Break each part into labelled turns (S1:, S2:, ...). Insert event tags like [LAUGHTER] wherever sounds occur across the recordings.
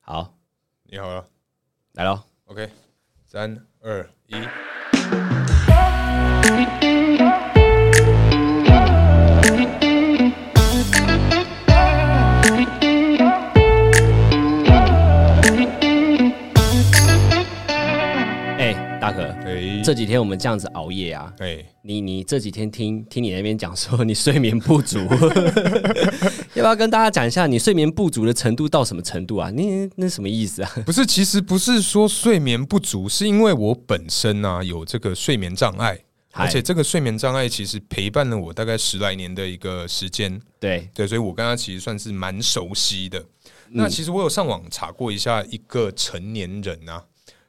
S1: 好，
S2: 你好了
S1: 来喽。
S2: ，OK，三二一，
S1: 哎、大可，
S2: 哎，
S1: 这几天我们这样子熬夜啊，
S2: 哎，
S1: 你你这几天听听你那边讲说你睡眠不 [LAUGHS] 足，要不要跟大家讲一下你睡眠不足的程度到什么程度啊？你那什么意思啊？
S2: 不是，其实不是说睡眠不足，是因为我本身啊有这个睡眠障碍，
S1: 嗨
S2: 而且这个睡眠障碍其实陪伴了我大概十来年的一个时间，
S1: 对，
S2: 对，所以我跟他其实算是蛮熟悉的。那其实我有上网查过一下，一个成年人啊，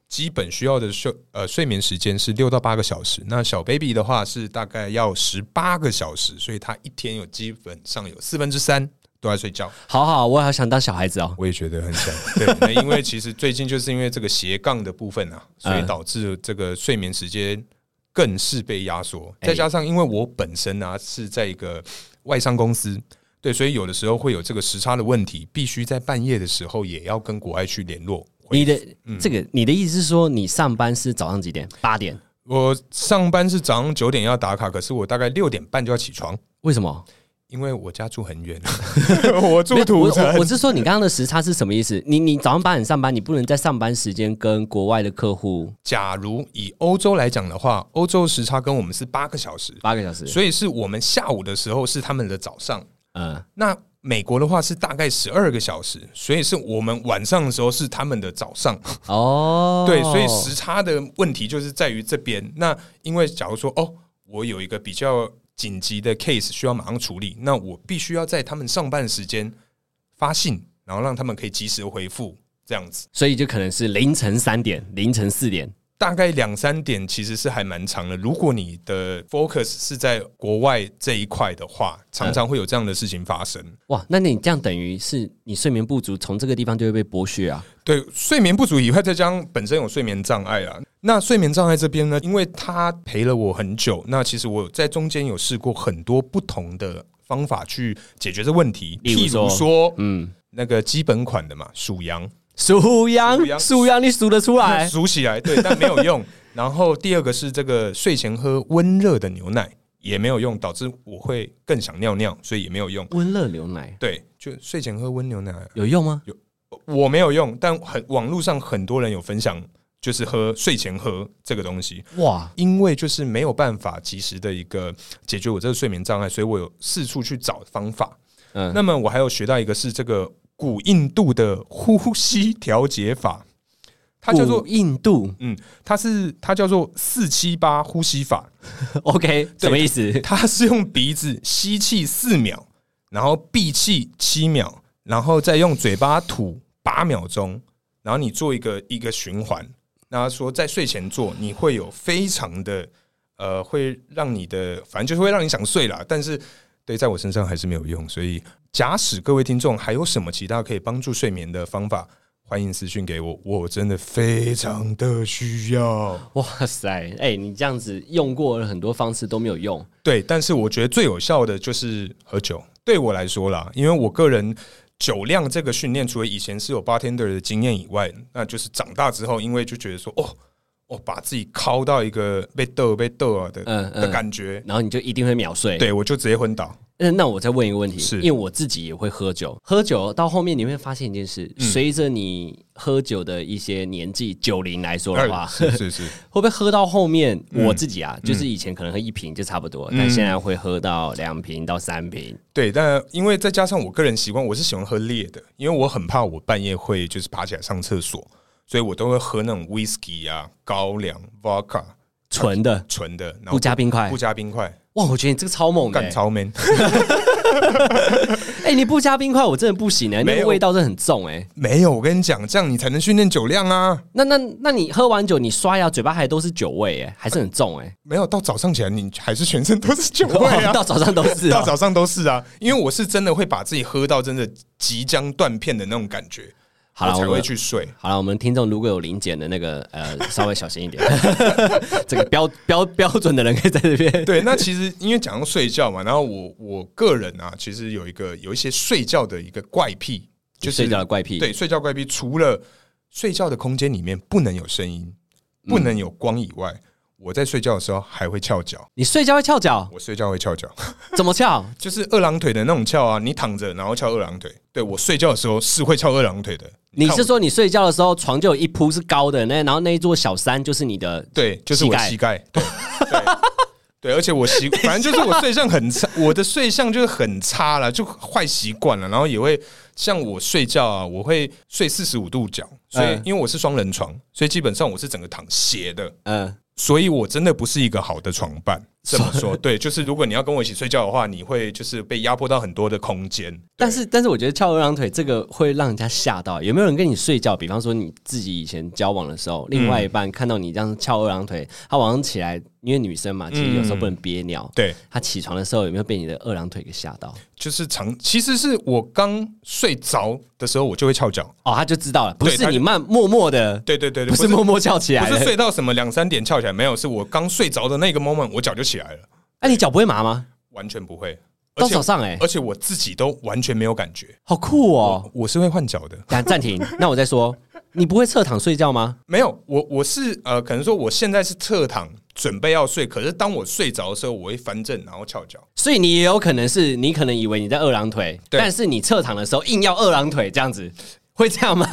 S2: 基本需要的睡呃睡眠时间是六到八个小时。那小 baby 的话是大概要十八个小时，所以他一天有基本上有四分之三都在睡觉。
S1: 好好，我好想当小孩子哦。
S2: 我也觉得很想 [LAUGHS] 对，那因为其实最近就是因为这个斜杠的部分啊，所以
S1: 嗯
S2: 导致这个睡眠时间更是被压缩。
S1: 哎
S2: 再加上因为我本身啊是在一个外商公司，对，所以有的时候会有这个时差的问题，必须在半夜的时候也要跟国外去联络。
S1: 你的、这个，你的意思是说你上班是早上几点？八点？
S2: 我上班是早上九点要打卡，可是我大概六点半就要起床，
S1: 为什么？
S2: 因为我家住很
S1: [LAUGHS]
S2: 远，我
S1: 没
S2: 住
S1: 有
S2: 土
S1: 我我
S2: 城
S1: 我。是说你刚刚的时差是什么意思？你你早上八点上班，你不能在上班时间跟国外的客户
S2: 假如以欧洲来讲的话，欧洲时差跟我们是八个小时，
S1: 八个小时。
S2: 所以是我们下午的时候是他们的早上。
S1: 嗯、
S2: 那美国的话是大概十二个小时，所以是我们晚上的时候是他们的早上。
S1: 哦，
S2: 对，所以时差的问题就是在于这边。那因为假如说哦，我有一个比较紧急的 case 需要马上处理，那我必须要在他们上班时间发信，然后让他们可以及时回复，这样子。
S1: 所以就可能是凌晨三点、凌晨四点。
S2: 大概两三点其实是还蛮长的。如果你的 focus 是在国外这一块的话，常常会有这样的事情发生。
S1: 哇，那你这样等于是你睡眠不足，从这个地方就会被剥削啊。
S2: 对，睡眠不足以外，再加上本身有睡眠障碍啊。那睡眠障碍这边呢，因为它陪了我很久，那其实我在中间有试过很多不同的方法去解决这问题，
S1: 例如
S2: 譬
S1: 说
S2: 如说
S1: 嗯，
S2: 那个基本款的嘛，数羊
S1: 数
S2: 数
S1: 羊，
S2: 羊
S1: 数羊，你数得出来？
S2: 数起来，对，但没有
S1: [LAUGHS]
S2: 用。然后第二个是这个睡前喝温热的牛奶也没有用，导致我会更想尿尿，所以也没有用。
S1: 温热牛奶
S2: 对，就睡前喝温牛奶啊
S1: 有用吗？
S2: 我没有用，但很网络上很多人有分享，就是喝睡前喝这个东西，
S1: 哇，
S2: 因为就是没有办法及时的一个解决我这个睡眠障碍，所以我有四处去找方法。
S1: 嗯
S2: 那么我还有学到一个是这个古印度的呼吸调节法，它叫做
S1: 古印度
S2: 嗯，它是它叫做四七八呼吸法，
S1: [LAUGHS] ，OK，什 [LAUGHS] 么意思？
S2: 它是用鼻子吸气四秒，然后闭气七秒，然后再用嘴巴吐八秒钟，然后你做一个一个循环。那他说在睡前做，你会有非常的呃，会让你的反正就是会让你想睡啦。但是对，在我身上还是没有用。所以，假使各位听众还有什么其他可以帮助睡眠的方法，欢迎私讯给我，我真的非常的需要。
S1: 哇塞，哎、你这样子用过了很多方式都没有用，
S2: 对，但是我觉得最有效的就是喝酒。对我来说啦，因为我个人酒量这个训练，除了以前是有 bartender 的经验以外，那就是长大之后，因为就觉得说，哦，我、把自己敲到一个被逗被逗啊的、
S1: 嗯
S2: 的
S1: 嗯，
S2: 感觉，
S1: 然后你就一定会秒睡。
S2: 对我就直接昏倒。
S1: 嗯，那我再问一个问题，
S2: 是
S1: 因为我自己也会喝酒，喝酒到后面你会发现一件事，随着你喝酒的一些年纪，酒龄来说的话，
S2: 是是是，
S1: 会不会喝到后面？
S2: 嗯
S1: 我自己啊，就是以前可能喝一瓶就差不多，但现在会喝到两瓶到三瓶。
S2: 对。但因为再加上我个人习惯，我是喜欢喝烈的，因为我很怕我半夜会就是爬起来上厕所，所以我都会喝那种 whisky 啊、高粱、vodka
S1: 纯的
S2: 纯的，然后
S1: 不加冰块
S2: 不，加冰块，
S1: 哇！我觉得你这个超猛的、
S2: 干
S1: 欸，
S2: 超 man。
S1: 哎、你不加冰块，我真的不行哎、
S2: 没
S1: 那个
S2: 有
S1: 味道真的很重哎、
S2: 没有，我跟你讲，这样你才能训练酒量啊。
S1: 那那那你喝完酒，你刷牙嘴巴还都是酒味哎、还是很重哎、
S2: 没有，到早上起来你还是全身都是酒味
S1: [LAUGHS]
S2: 啊，
S1: 到早上都哦是、
S2: [LAUGHS] 到
S1: 啊。
S2: 早上都是啊。因为我是真的会把自己喝到真的即将断片的那种感觉，
S1: 好了，
S2: 我才
S1: 我
S2: 会
S1: 们
S2: 去睡。
S1: 好了，我们听众如果有零检的那个
S2: [LAUGHS]
S1: 呃，稍微小心一点， [LAUGHS] 这个标标标准的人可以在这边。
S2: 对，那其实因为讲到睡觉嘛，然后我我个人啊，其实有一个有一些睡觉的一个怪癖，就是
S1: 睡觉的怪癖。
S2: 对，睡觉怪癖除了睡觉的空间里面不能有声音、不
S1: 嗯
S2: 能有光以外，我在睡觉的时候还会翘脚。
S1: 你睡觉会翘脚，
S2: 我睡觉会翘脚，
S1: 怎么翘？
S2: 就是二郎腿的那种翘啊，你躺着然后翘二郎腿。对我睡觉的时候是会翘二郎腿的。
S1: 你
S2: 看
S1: 是
S2: 我
S1: 说你睡觉的时候床就有一铺是高的，那然后那一座小山就是你的
S2: 对，就是我膝
S1: 膝
S2: 盖。对对 [LAUGHS] 对，而且
S1: [LAUGHS]
S2: 我习，反正就是我睡相很差，我的睡相就是很差了，就坏习惯了。然后也会像我睡觉啊，我会睡四十五度角，所以
S1: 嗯
S2: 因为我是双人床，所以基本上我是整个躺斜的。
S1: 呃
S2: 所以我真的不是一个好的床伴。这么
S1: [LAUGHS]
S2: 说，对，就是如果你要跟我一起睡觉的话，你会就是被压迫到很多的空间。
S1: 但是，但是我觉得翘二郎腿这个会让人家吓到。有没有人跟你睡觉？比方说你自己以前交往的时候，另外
S2: 嗯
S1: 一半看到你这样翘二郎腿，他晚上起来，因为女生嘛，其实有时候
S2: 嗯
S1: 不能憋尿。
S2: 对，
S1: 他起床的时候有没有被你的二郎腿给吓到？
S2: 就是长，其实是我刚睡着的时候，我就会翘脚。
S1: 哦，他就知道了，不
S2: 对
S1: 是
S2: 他
S1: 你慢默默的，
S2: 对对对对，
S1: 不是默默翘起来
S2: 不是
S1: 的。
S2: 睡到什么两三点翘起来，没有，是我刚睡着的那个 moment，我脚就起来了，
S1: 哎，你脚不会麻吗？
S2: 完全不会。而
S1: 到
S2: 且
S1: 早上哎，
S2: 而且我自己都完全没有感觉。
S1: 好酷哦！
S2: 我是会换脚的，
S1: 等下暂停，那我再说，你不会侧躺睡觉吗？
S2: 没有，我我是呃，可能说我现在是侧躺准备要睡，可是当我睡着的时候，我会翻正然后翘 [LAUGHS] 脚。
S1: 所以你也有可能是你可能以为你在二郎腿，
S2: 对
S1: 但是你侧躺的时候硬要二郎腿这样子， [LAUGHS] 会这样吗？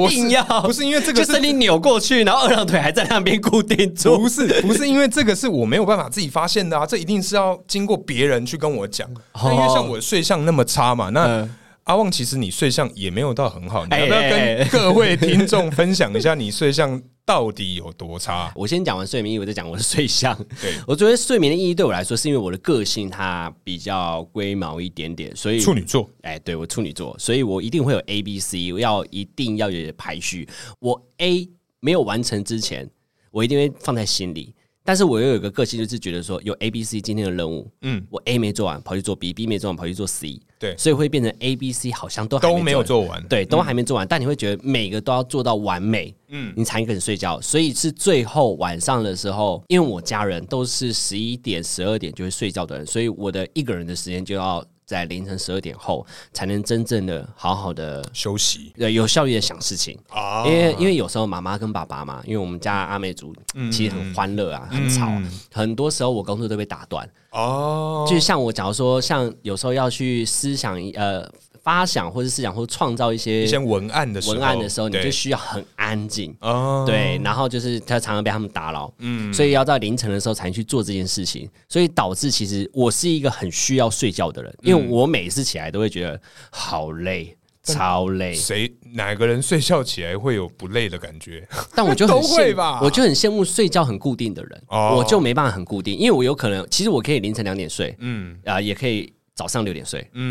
S2: 我是
S1: 硬要
S2: 不是因 [LAUGHS] 为这
S1: 就
S2: 个
S1: 是
S2: 是。
S1: 你扭过去，然后二郎腿还在那边固定住
S2: 不。是不是因为这个是我没有办法自己发现的啊，这一定是要经过别人去跟我讲。那因为像我的睡相那么差嘛，那
S1: 嗯
S2: 阿旺其实你睡相也没有到很好，你
S1: 哎
S2: 要不要
S1: 哎哎
S2: 跟各位听众分享一下你睡相到底有多差？
S1: 我先讲完睡眠意义，我再讲我的睡相。
S2: 对，
S1: 我觉得睡眠的意义对我来说，是因为我的个性它比较龟毛一点点，所以
S2: 处女座
S1: 哎，对我处女座，所以我一定会有 A、B、C，我要一定要有排序。我 A 没有完成之前，我一定会放在心里。但是我又有一个个性，就是觉得说有 A、B、C 今天的任务，
S2: 嗯
S1: 嗯，我 A 没做完，跑去做 B；B 没做完，跑去做 C。
S2: 对
S1: 所以会变成 A、B、C 好像都还
S2: 都没有
S1: 完
S2: 做完，
S1: 对，都还没做完，但你会觉得每个都要做到完美，
S2: 嗯
S1: 嗯，你才肯睡觉。所以是最后晚上的时候，因为我家人都是十一点、十二点就会睡觉的人，所以我的一个人的时间就要在凌晨十二点后才能真正的好好的。
S2: 休息
S1: 呃，有效率的想事情，
S2: 啊
S1: 因为因为有时候妈妈跟爸爸嘛，因为我们家阿美族其实很欢乐啊，很吵啊，很多时候我工作都被打断，
S2: 哦，
S1: 就是像我，假如说像有时候要去思想一呃发想或者思想或创造一些
S2: 一些文案的时候
S1: 文案的时候，你
S2: 对
S1: 就需要很安静。
S2: 哦，
S1: 对，然后就是他常常被他们打扰，嗯，所以要到凌晨的时候才去做这件事情，所以导致其实我是一个很需要睡觉的人，
S2: 嗯
S1: 因为我每次起来都会觉得好累，超累，
S2: 谁哪个人睡觉起来会有不累的感觉？
S1: 但我就很
S2: [LAUGHS] 都会
S1: 羡
S2: 吧
S1: 我就很羡慕睡觉很固定的人，
S2: 哦
S1: 我就没办法很固定，因为我有可能其实我可以凌晨两点睡，
S2: 嗯
S1: 啊、也可以早上六点睡，
S2: 嗯嗯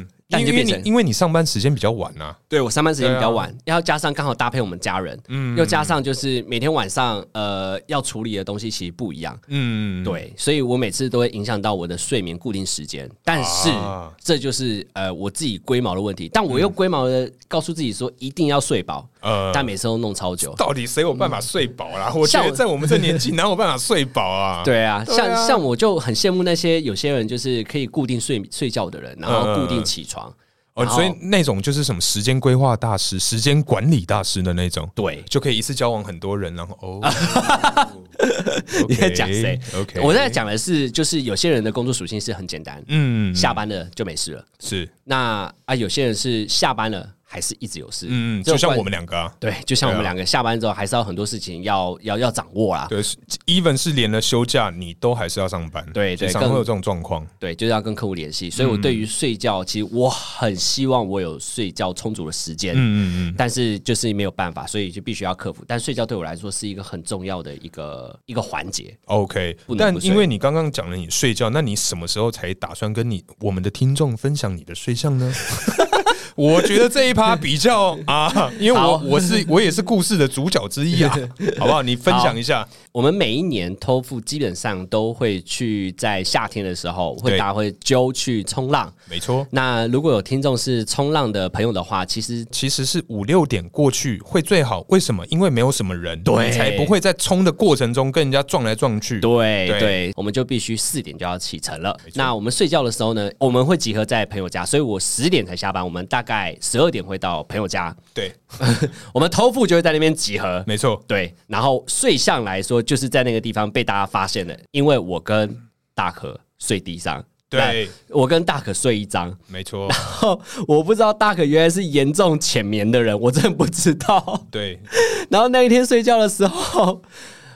S2: 嗯，
S1: 但
S2: 因
S1: 你就
S2: 为
S1: 变
S2: 你
S1: 成
S2: 因为你上班时间比较晚啊，
S1: 对我上班时间比较
S2: 对啊
S1: 晚，然后加上刚好搭配我们家人，嗯，又加上就是每天晚上呃要处理的东西其实不一样，
S2: 嗯，
S1: 对，所以我每次都会影响到我的睡眠固定时间。但是、
S2: 啊
S1: 这就是呃我自己龟毛的问题，但我又龟毛的告诉自己说一定要睡饱，
S2: 呃，
S1: 但每次都弄超久。
S2: 到底谁有办法睡饱啦？我觉
S1: 像
S2: 得
S1: 我
S2: 在我们这年
S1: [LAUGHS]
S2: 纪哪有办法睡饱啊？，
S1: 嗯对啊，
S2: 对
S1: 像
S2: 啊
S1: 像我就很羡慕那些有些人就是可以固定睡睡觉的人，然
S2: 嗯
S1: 后固定起床。
S2: 哦，
S1: 然后
S2: 所以那种就是什么时间规划大师、时间管理大师的那种，
S1: 对，
S2: 就可以一次交往很多人，然后哦，
S1: [LAUGHS] 你在讲谁
S2: ？OK，
S1: 我在，讲的是就是有些人的工作属性是很简单，
S2: 嗯，
S1: 下班了就没事了。
S2: 是，
S1: 那啊，有些人是下班了还是一直有事，
S2: 嗯，
S1: 这
S2: 就
S1: 种
S2: 像
S1: 关
S2: 我们两个啊，
S1: 对，就像我
S2: 对
S1: 们
S2: 啊
S1: 两个下班之后还是要很多事情要要要掌握啦，
S2: 对是，even 是连了休假，你都还是要上班，
S1: 对对
S2: 经常会
S1: 更
S2: 有这种状况。
S1: 对，就是要跟客户联系。所以我对
S2: 嗯
S1: 于睡觉，其实我很希望我有睡觉充足的时间，
S2: 嗯嗯嗯，
S1: 但是就是没有办法，所以就必须要克服。但睡觉对我来说是一个很重要的一个一个环节。
S2: OK，
S1: 不能
S2: 但
S1: 不睡
S2: 因为你刚刚讲了你睡觉，那你什么时候才打算跟你我们的听众分享你的睡相呢？ [LAUGHS] 我觉得这一趴比较
S1: [LAUGHS]
S2: 啊，因为我
S1: 好
S2: 我是我也是故事的主角之一
S1: [LAUGHS]
S2: 啊，好不好？你分享一下，
S1: 我们每一年偷富基本上都会去在夏天的时候，会
S2: 对
S1: 大家会揪去冲浪。
S2: 没错，
S1: 那如果有听众是冲浪的朋友的话，其实
S2: 其实是五六点过去会最好，为什么？因为没有什么人，
S1: 对
S2: 你才不会在冲的过程中跟人家撞来撞去。
S1: 对
S2: 对
S1: 对我们就必须四点就要启程了。那我们睡觉的时候呢，我们会集合在朋友家，所以我十点才下班，我们大大概十二点会到朋友家，
S2: 对，
S1: 我们偷富就会在那边集合。
S2: 没错，
S1: 对，然后睡相来说，就是在那个地方被大家发现的，因为我跟大可睡地上，
S2: 对，
S1: 那我跟大可睡一张，
S2: 没错，
S1: 我不知道大可原来是严重浅眠的人，我真的不知道。 [LAUGHS]
S2: 对，
S1: 然后那一天睡觉的时候，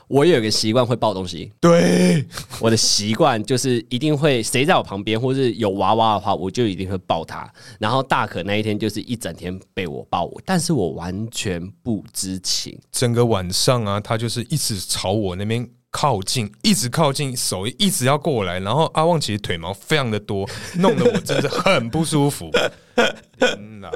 S1: 我有一个习惯会抱东西，
S2: 对，
S1: 我的习惯就是一定会谁在我旁边，或是有娃娃的话，我就一定会抱他。然后大可那一天就是一整天被我抱我，但是我完全不知情。
S2: 整个晚上啊，他就是一直朝我那边靠近，一直靠近，手一直要过来。然后阿旺其实腿毛非常的多，弄得我真的很不舒服。嗯啊天哪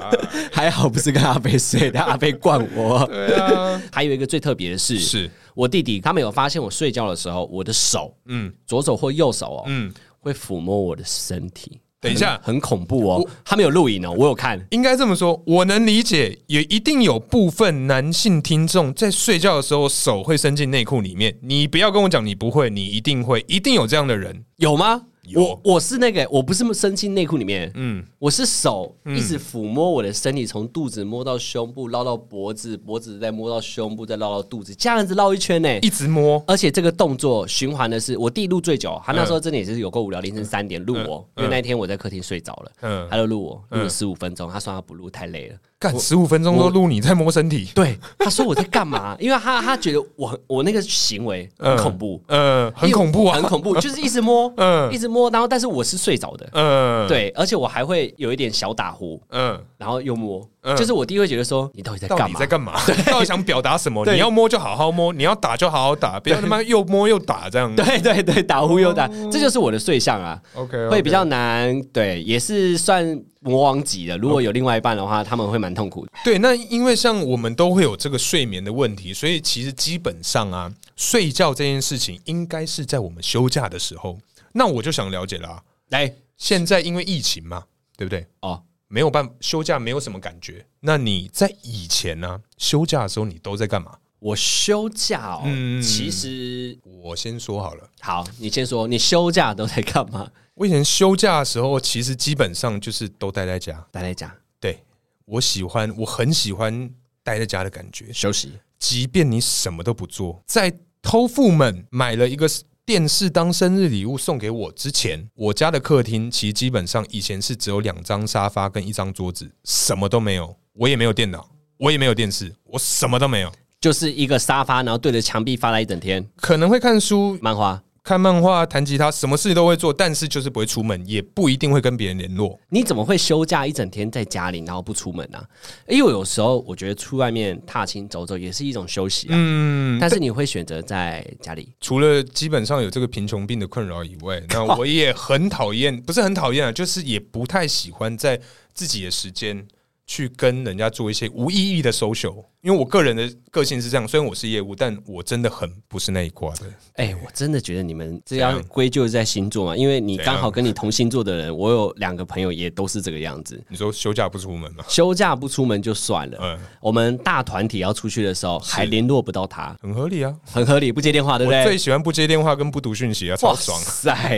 S1: 还好不是跟阿飞睡，但阿飞惯我。
S2: 对啊，
S1: [LAUGHS] 还有一个最特别的 [LAUGHS] 是，
S2: 是
S1: 我弟弟他们有发现我睡觉的时候，我的手，嗯，左手或右手哦，嗯，会抚摸我的身体。
S2: 等一下
S1: 很很恐怖哦，他们有录影哦，我有看。
S2: 应该这么说，我能理解，也一定有部分男性听众在睡觉的时候手会伸进内裤里面。你不要跟我讲你不会，你一定会，一定有这样的人。
S1: 有吗？
S2: 有
S1: 我我是那个，我不是伸进内裤里面，嗯，我是手一直抚摸我的身体，从肚子摸到胸部，绕到脖子，脖子再摸到胸部，再绕到肚子，这样子绕一圈呢。
S2: 一直摸，
S1: 而且这个动作循环的是我弟录最久，他那时候真的也是有够无聊，凌晨三点录我，因为那一天我在客厅睡着了，
S2: 嗯
S1: 他就录我，录了十五分钟，他说他不录太累了，
S2: 干十五分钟都录你在摸身
S1: [LAUGHS]
S2: 体，
S1: 对，他说我在干嘛？因为他他觉得我很我那个行为很恐怖，
S2: 呃，很恐怖啊
S1: 很，恐怖，
S2: [LAUGHS]
S1: 就是一直摸，
S2: 嗯
S1: 一直摸，然后但是我是睡着的，
S2: 嗯，，
S1: 对，而且我还会有一点小打呼，
S2: 嗯。
S1: 然后又摸，就是我弟会觉得说你到底在
S2: 到
S1: 干
S2: 底
S1: 嘛
S2: 在？干嘛？ [LAUGHS] 到底想表达什么？
S1: 对
S2: 你要摸就好好摸，你要打就好好打，不要他妈又摸又打这样。
S1: [LAUGHS] 对对对，打呼又打，
S2: 哦
S1: 这就是我的睡相啊。
S2: ，OK，
S1: 会比较难，对，也是算魔王级的。如果有另外一半的话，他们会蛮痛苦的。
S2: 对。那因为像我们都会有这个睡眠的问题，所以其实基本上啊，睡觉这件事情应该是在我们休假的时候。那我就想了解啦、
S1: 来，
S2: 现在因为疫情嘛，对不对？
S1: 哦，
S2: 没有办法休假，没有什么感觉。那你在以前呢、休假的时候你都在干嘛？
S1: 我休假哦，
S2: 嗯
S1: 其实
S2: 我先说好了。
S1: 好，你先说，你休假都在干嘛？
S2: 我以前休假的时候，其实基本上就是都 [LAUGHS] 待在家，
S1: 大家讲
S2: 对我喜欢，我很喜欢待在家的感觉。
S1: 休息，
S2: 即便你什么都不做，在偷富们买了一个电视当生日礼物送给我之前，我家的客厅其实基本上以前是只有两张沙发跟一张桌子，什么都没有，我也没有电脑，我也没有电视，我什么都没有。
S1: 就是一个沙发，然后对着墙壁发呆一整天，
S2: 可能会看书、
S1: 漫画。
S2: 看漫画、弹吉他，什么事都会做，但是就是不会出门，也不一定会跟别人联络。
S1: 你怎么会休假一整天在家里，然后不出门呢、啊？因为有时候我觉得出外面踏青走走也是一种休息啊。
S2: 嗯，
S1: 但是你会选择在家里，
S2: 除了基本上有这个贫穷病的困扰以
S1: [LAUGHS]
S2: 外，那我也很讨厌，不是很讨厌啊，就是也不太喜欢在自己的时间去跟人家做一些无意义的 social。因为我个人的个性是这样，虽然我是业务，但我真的很不是那一挂的。
S1: 哎、我真的觉得你们这
S2: 怎
S1: 要
S2: 样
S1: 归咎在星座嘛，因为你
S2: 怎
S1: 刚好
S2: 样
S1: 跟你同星座的人，我有两个朋友也都是这个样子，
S2: 你说休假不出门吗？
S1: 休假不出门就算了，
S2: 嗯，
S1: 我们大团体要出去的时候还联络不到他，
S2: 很合理啊。
S1: 很合理，不接电话，对不
S2: 我
S1: 对？
S2: 最喜欢不接电话跟不读讯息啊，超
S1: 哇
S2: 爽。
S1: 塞！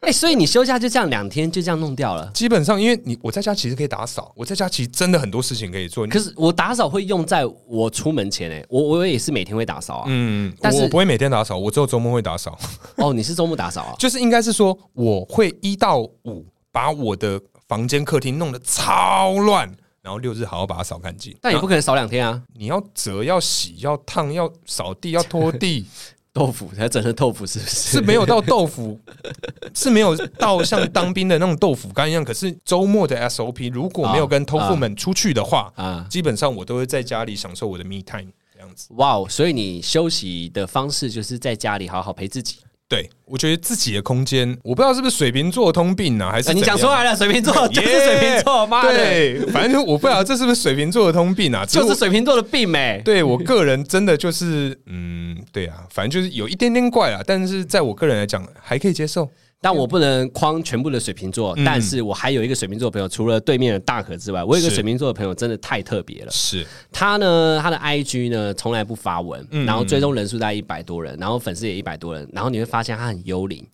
S1: 哎、所以你休假就这样两天就这样弄掉了。
S2: 基本上，因为你我在家其实可以打扫，我在家其实真的很多事情可以做。
S1: 可是我打扫会用在我出门前诶、我我也是每天会打扫啊。
S2: 嗯，
S1: 但是
S2: 我不会每天打扫，我只有周末会打扫。
S1: 哦，你是周末打扫
S2: [LAUGHS]
S1: 啊？
S2: 就是应该是说，我会一到五把我的房间、客厅弄得超乱，然后六日好好把它扫干净。
S1: 但也
S2: 然
S1: 不
S2: 后
S1: 可能扫两天啊。
S2: 你要折、要洗、要烫、要扫地、要拖地，
S1: 豆腐才整成豆腐是不是？
S2: 是没有到豆腐，是没有到像当兵的那种豆腐干一样。可是周末的 SOP 如果没有跟偷富们出去的话，
S1: 啊。
S2: 基本上我都会在家里享受我的 me time 这样子。
S1: 哇哦！所以你休息的方式就是在家里好好陪自己。
S2: 对，我觉得自己的空间，我不知道是不是水瓶座通病呢、啊，还是
S1: 啊、你
S2: 怎
S1: 讲
S2: 样
S1: 出来了，水瓶 [LAUGHS] 座就是水瓶座，妈的，
S2: 对，反正我不晓得这是不是水瓶座的通病啊，只
S1: [LAUGHS] 就是
S2: 我。
S1: 水瓶座的病哎、
S2: 对我个人真的就是，嗯，对啊，反正就是有一点点怪啊，但是在我个人来讲还可以接受。
S1: 但我不能框全部的水瓶座，但是我还有一个水瓶座的朋友，除了对面的大可之外，我有一个
S2: 是
S1: 水瓶座的朋友真的太特别了。
S2: 是，
S1: 他呢，他的 IG 呢从来不发文，然后追踪人数大概一百多人，然后粉丝也一百多人，然后你会发现嗯他很幽灵，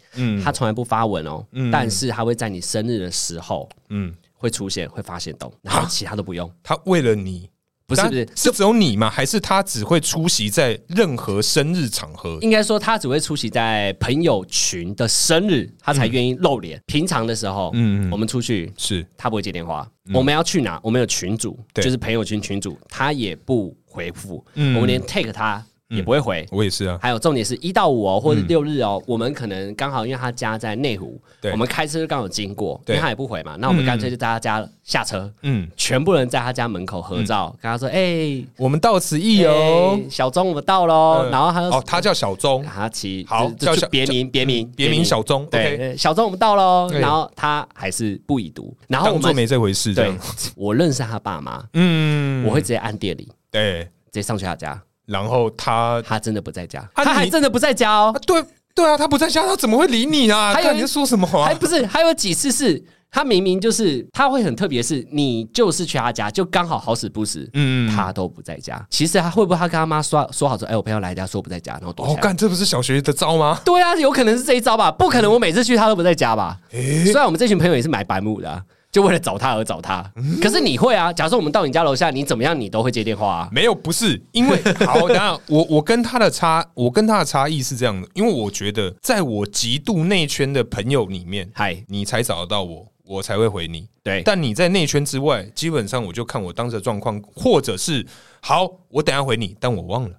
S1: 他从来不发文哦，但是他会在你生日的时候
S2: 嗯，
S1: 会出现，会发现洞，然后其他都不用。
S2: 他为了你，
S1: 不是
S2: 但
S1: 不是，
S2: 是只有你吗？还是他只会出席在任何生日场合？
S1: 应该说他只会出席在朋友群的生日，他才愿意露脸。平常的时候，
S2: 嗯
S1: 我们出去
S2: 是
S1: 他不会接电话。我们要去哪？我们有群主，
S2: 对
S1: 就是朋友群群主，他也不回复。
S2: 嗯
S1: 我们连 take 他也不会回。
S2: 我也是啊，
S1: 还有重点是一到五哦，或者六日哦，我们可能刚好因为他家在内湖，
S2: 嗯对
S1: 我们开车刚好经过，因
S2: 对
S1: 为他也不回嘛，那我们干脆就在他家下车，
S2: 嗯，
S1: 全部人在他家门口合照，跟他说：“哎，
S2: 我们到此一游
S1: 哎。小钟我们到喽。”
S2: 嗯
S1: 然后他
S2: 哦
S1: 就，
S2: 他叫小钟，
S1: 他其
S2: 好
S1: 就
S2: 叫
S1: 就
S2: 小
S1: 别名别名
S2: 别名小钟，OK，
S1: 对小钟我们到喽，
S2: 哎
S1: 然后他还是不已读，然后我
S2: 当做
S1: 们
S2: 没这回事这
S1: 对
S2: 样。，
S1: 我认识他爸妈，
S2: 嗯，
S1: 我会直接按店里
S2: 对，
S1: 直接上去他家，
S2: 然后他
S1: 他真的不在家，
S2: 啊
S1: 他还
S2: 你
S1: 真的不在家哦
S2: 啊，，对对啊，他不在家，他怎么会理你啊？
S1: 还有
S2: 看
S1: 一
S2: 你在说什么
S1: 还
S2: 啊？
S1: 不是，还有几次是他明明就是他会很特别，是你就是去他家，就刚好好死不死，
S2: 嗯，
S1: 他都不在家。其实他会不会他跟他妈说说好说，哎、我朋友来家，说不在家，然后躲起
S2: 哦，
S1: 来。
S2: 干，这不是小学的招吗？
S1: 对啊，有可能是这一招吧，不可能我每次去他都不在家吧？虽然我们这群朋友也是买白目的啊、就为了找他而找他，可是你会啊？假设我们到你家楼下，你怎么样，你都会接电话啊？
S2: 没有，不是因 [LAUGHS] 为好，等一下我我跟他的差，我跟他的差异是这样的，因为我觉得在我极度内圈的朋友里面，
S1: 嗨，
S2: 你才找得到我，我才会回你。
S1: 对，
S2: 但你在内圈之外，基本上我就看我当时的状况，或者是好，我等一下回你，但我忘了。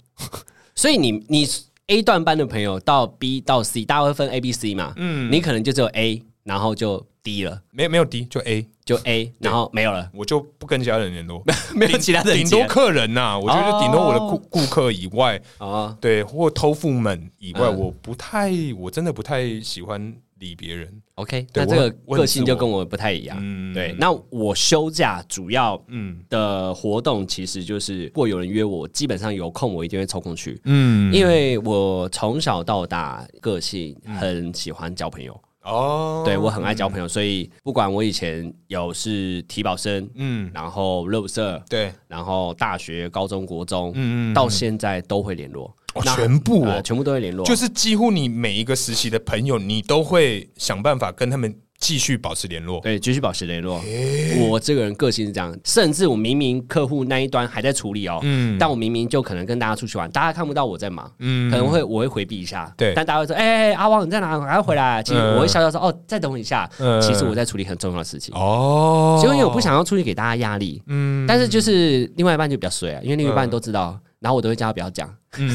S1: 所以你你 A 段班的朋友到 B 到 C，大家会分 A、B、C 嘛？嗯，你可能就只有 A，然后就 D 了。
S2: 没没有 D 就 A，
S1: 就 A，然后没有
S2: [LAUGHS]
S1: 了，
S2: 我就不跟其他人联络，
S1: 没有其他人哦
S2: 顶
S1: 接
S2: 多客人呐、我觉得顶多我的顾顾客以外，
S1: 哦。
S2: 对，或偷富们以外，
S1: 嗯
S2: 我不太，我真的不太喜欢理别人。
S1: OK，
S2: 对
S1: 那这个
S2: 我很
S1: 个性就跟我不太一样。
S2: 嗯
S1: 对，那我休假主要
S2: 嗯
S1: 的活动其实就是，如果有人约我，基本上有空我一定会抽空去，
S2: 嗯，
S1: 因为我从小到大个性很喜欢交朋友，
S2: 哦，
S1: 对我很爱交朋友，所以不管我以前有是体保生，
S2: 嗯，
S1: 然后乐舞社，
S2: 对，
S1: 然后大学、高中、国中，
S2: 嗯嗯
S1: 到现在都会联络，
S2: 哦
S1: 那
S2: 全部哦
S1: 呃全部都会联络，
S2: 就是几乎你每一个时期的朋友，你都会想办法跟他们继续保持联络。
S1: 对，继续保持联络。我这个人个性是这样，甚至我明明客户那一端还在处理哦，
S2: 嗯
S1: 但我明明就可能跟大家出去玩，大家看不到我在忙，可
S2: 嗯，
S1: 能会我会回避一下，
S2: 对
S1: 但大家会说，哎、阿旺你在哪？赶快回来。其实
S2: 嗯
S1: 我会笑笑说，哦，再等我一下。
S2: 嗯
S1: 其实我在处理很重要的事情，
S2: 哦，
S1: 所以因为我不，想要出去给大家压力，
S2: 嗯
S1: 但是就是另外一半就比较衰啊，因为另一半
S2: 嗯
S1: 都知道，然后我都会叫他不要讲，
S2: 嗯，